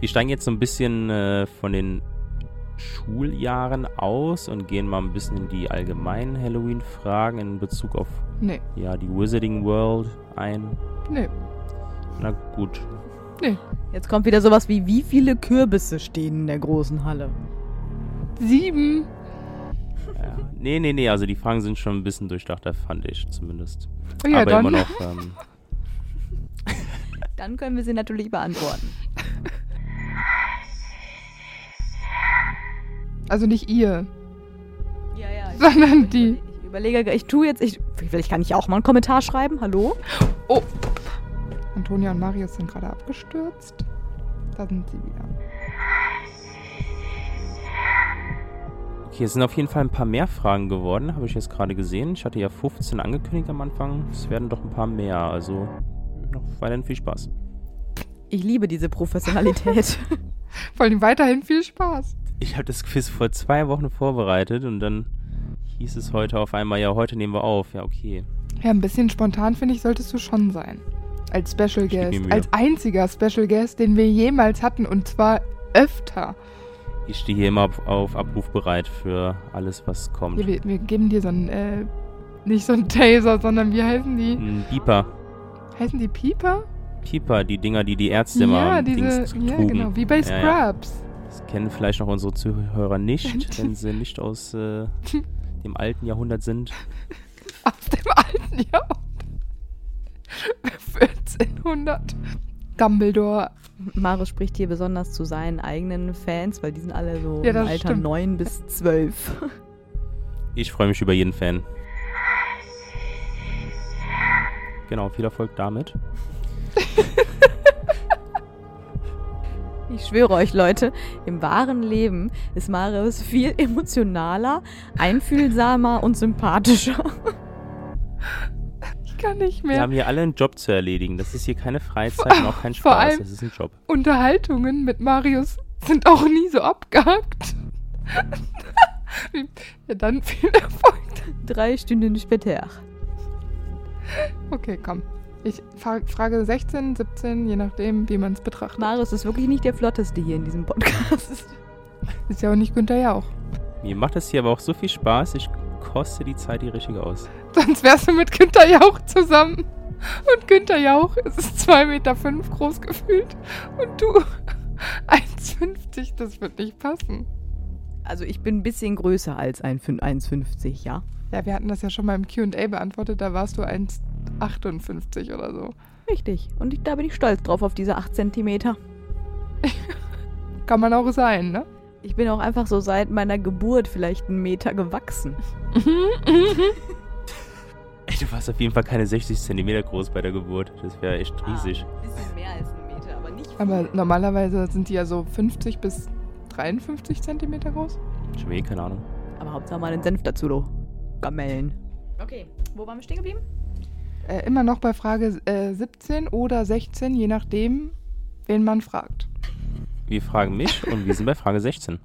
[SPEAKER 3] Wir steigen jetzt so ein bisschen äh, von den Schuljahren aus und gehen mal ein bisschen in die allgemeinen Halloween-Fragen in Bezug auf
[SPEAKER 2] Nee,
[SPEAKER 3] ja, die Wizarding World ein.
[SPEAKER 2] nee.
[SPEAKER 3] Na gut.
[SPEAKER 4] Jetzt kommt wieder sowas wie, wie viele Kürbisse stehen in der großen Halle?
[SPEAKER 2] Sieben.
[SPEAKER 3] Ja. Nee, nee, nee, also die Fragen sind schon ein bisschen durchdachter, fand ich zumindest.
[SPEAKER 2] Oh ja,
[SPEAKER 3] Aber
[SPEAKER 2] dann.
[SPEAKER 3] immer noch. Ähm,
[SPEAKER 4] Dann können wir sie natürlich beantworten.
[SPEAKER 2] Also nicht ihr.
[SPEAKER 5] Ja, ja. ich-
[SPEAKER 2] Sondern
[SPEAKER 5] ich-
[SPEAKER 2] die.
[SPEAKER 4] Ich überlege, ich tue jetzt, ich, vielleicht kann ich auch mal einen Kommentar schreiben, hallo?
[SPEAKER 2] Antonia und Marius sind gerade abgestürzt. Da sind sie wieder.
[SPEAKER 3] Okay, es sind auf jeden Fall ein paar mehr Fragen geworden, habe ich jetzt gerade gesehen. Ich hatte ja 15 angekündigt am Anfang. Es werden doch ein paar mehr, also noch weiterhin viel Spaß.
[SPEAKER 4] Ich liebe diese Professionalität.
[SPEAKER 2] Vor allem weiterhin viel Spaß.
[SPEAKER 3] Ich habe das Quiz vor zwei Wochen vorbereitet und dann hieß es heute auf einmal, ja, heute nehmen wir auf. Ja, okay.
[SPEAKER 2] Ja, ein bisschen spontan, finde ich, solltest du schon sein. Als Special
[SPEAKER 3] geb mir
[SPEAKER 2] Guest.
[SPEAKER 3] Mühe.
[SPEAKER 2] Als einziger Special Guest, den wir jemals hatten. Und zwar öfter.
[SPEAKER 3] Ich stehe hier immer auf, auf Abruf bereit für alles, was kommt.
[SPEAKER 2] Ja, wir, wir geben dir so einen, äh, nicht so einen Taser, sondern wie heißen die?
[SPEAKER 3] Ein Hm, Pieper. Hm.
[SPEAKER 2] Heißen die Pieper?
[SPEAKER 3] Pieper, die Dinger, die die Ärzte immer
[SPEAKER 2] ja,
[SPEAKER 3] am
[SPEAKER 2] diese,
[SPEAKER 3] Dings
[SPEAKER 2] ja,
[SPEAKER 3] trugen.
[SPEAKER 2] genau, wie bei
[SPEAKER 3] Ja, ja.
[SPEAKER 2] Scrubs.
[SPEAKER 3] Das kennen vielleicht noch unsere Zuhörer nicht, wenn sie nicht aus äh, dem alten Jahrhundert sind.
[SPEAKER 2] Aus dem alten Jahrhundert. 1400. Dumbledore.
[SPEAKER 4] Mare spricht hier besonders zu seinen eigenen Fans, weil die sind alle so
[SPEAKER 2] Ja,
[SPEAKER 4] im
[SPEAKER 2] das
[SPEAKER 4] Alter
[SPEAKER 2] stimmt.
[SPEAKER 4] 9 bis 12.
[SPEAKER 3] Ich freue mich über jeden Fan. Genau, viel Erfolg damit.
[SPEAKER 4] Ich schwöre euch, Leute, im wahren Leben ist Marius viel emotionaler, einfühlsamer und sympathischer.
[SPEAKER 2] Ich kann nicht
[SPEAKER 3] Wir
[SPEAKER 2] mehr.
[SPEAKER 3] haben hier alle einen Job zu erledigen. Das ist hier keine Freizeit und auch kein
[SPEAKER 2] Vor
[SPEAKER 3] Spaß.
[SPEAKER 2] allem-
[SPEAKER 3] Das ist ein Job.
[SPEAKER 2] Unterhaltungen mit Marius sind auch nie so abgehackt. ja, dann viel Erfolg.
[SPEAKER 4] Drei Stunden später.
[SPEAKER 2] Okay, komm. Ich fra- frage 16, 17, je nachdem, wie man es betrachtet.
[SPEAKER 4] Marius ist wirklich nicht der flotteste hier in diesem Podcast.
[SPEAKER 2] Ist ja auch nicht Günther Jauch.
[SPEAKER 3] Mir macht das hier aber auch so viel Spaß. Ich koste die Zeit die richtige aus.
[SPEAKER 2] Sonst wärst du mit Günther Jauch zusammen. Und Günther Jauch ist 2,5 Meter fünf groß gefühlt. Und du 1,50. Das wird nicht passen.
[SPEAKER 4] Also ich bin ein bisschen größer als ein Fün- 1,50, ja?
[SPEAKER 2] Ja, wir hatten das ja schon mal im QA beantwortet. Da warst du 1,58 oder so.
[SPEAKER 4] Richtig. Und ich, da bin ich stolz drauf, auf diese 8 Zentimeter.
[SPEAKER 2] Kann man auch sein, ne?
[SPEAKER 4] Ich bin auch einfach so seit meiner Geburt vielleicht einen Meter gewachsen.
[SPEAKER 3] Ey, du warst auf jeden Fall keine 60 Zentimeter groß bei der Geburt. Das wäre echt riesig.
[SPEAKER 5] Ah, bisschen mehr als ein Meter, aber nicht viel.
[SPEAKER 2] Aber normalerweise sind die ja so 50 bis 53 Zentimeter groß.
[SPEAKER 3] Schon eh keine Ahnung.
[SPEAKER 4] Aber Hauptsache mal einen Senf dazu, du. Gamellen.
[SPEAKER 5] Okay, wo waren wir stehen geblieben?
[SPEAKER 2] Äh, immer noch bei Frage äh, 17 oder 16, je nachdem, wen man fragt.
[SPEAKER 3] Wir fragen mich und wir sind bei Frage 16.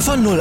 [SPEAKER 1] Von 0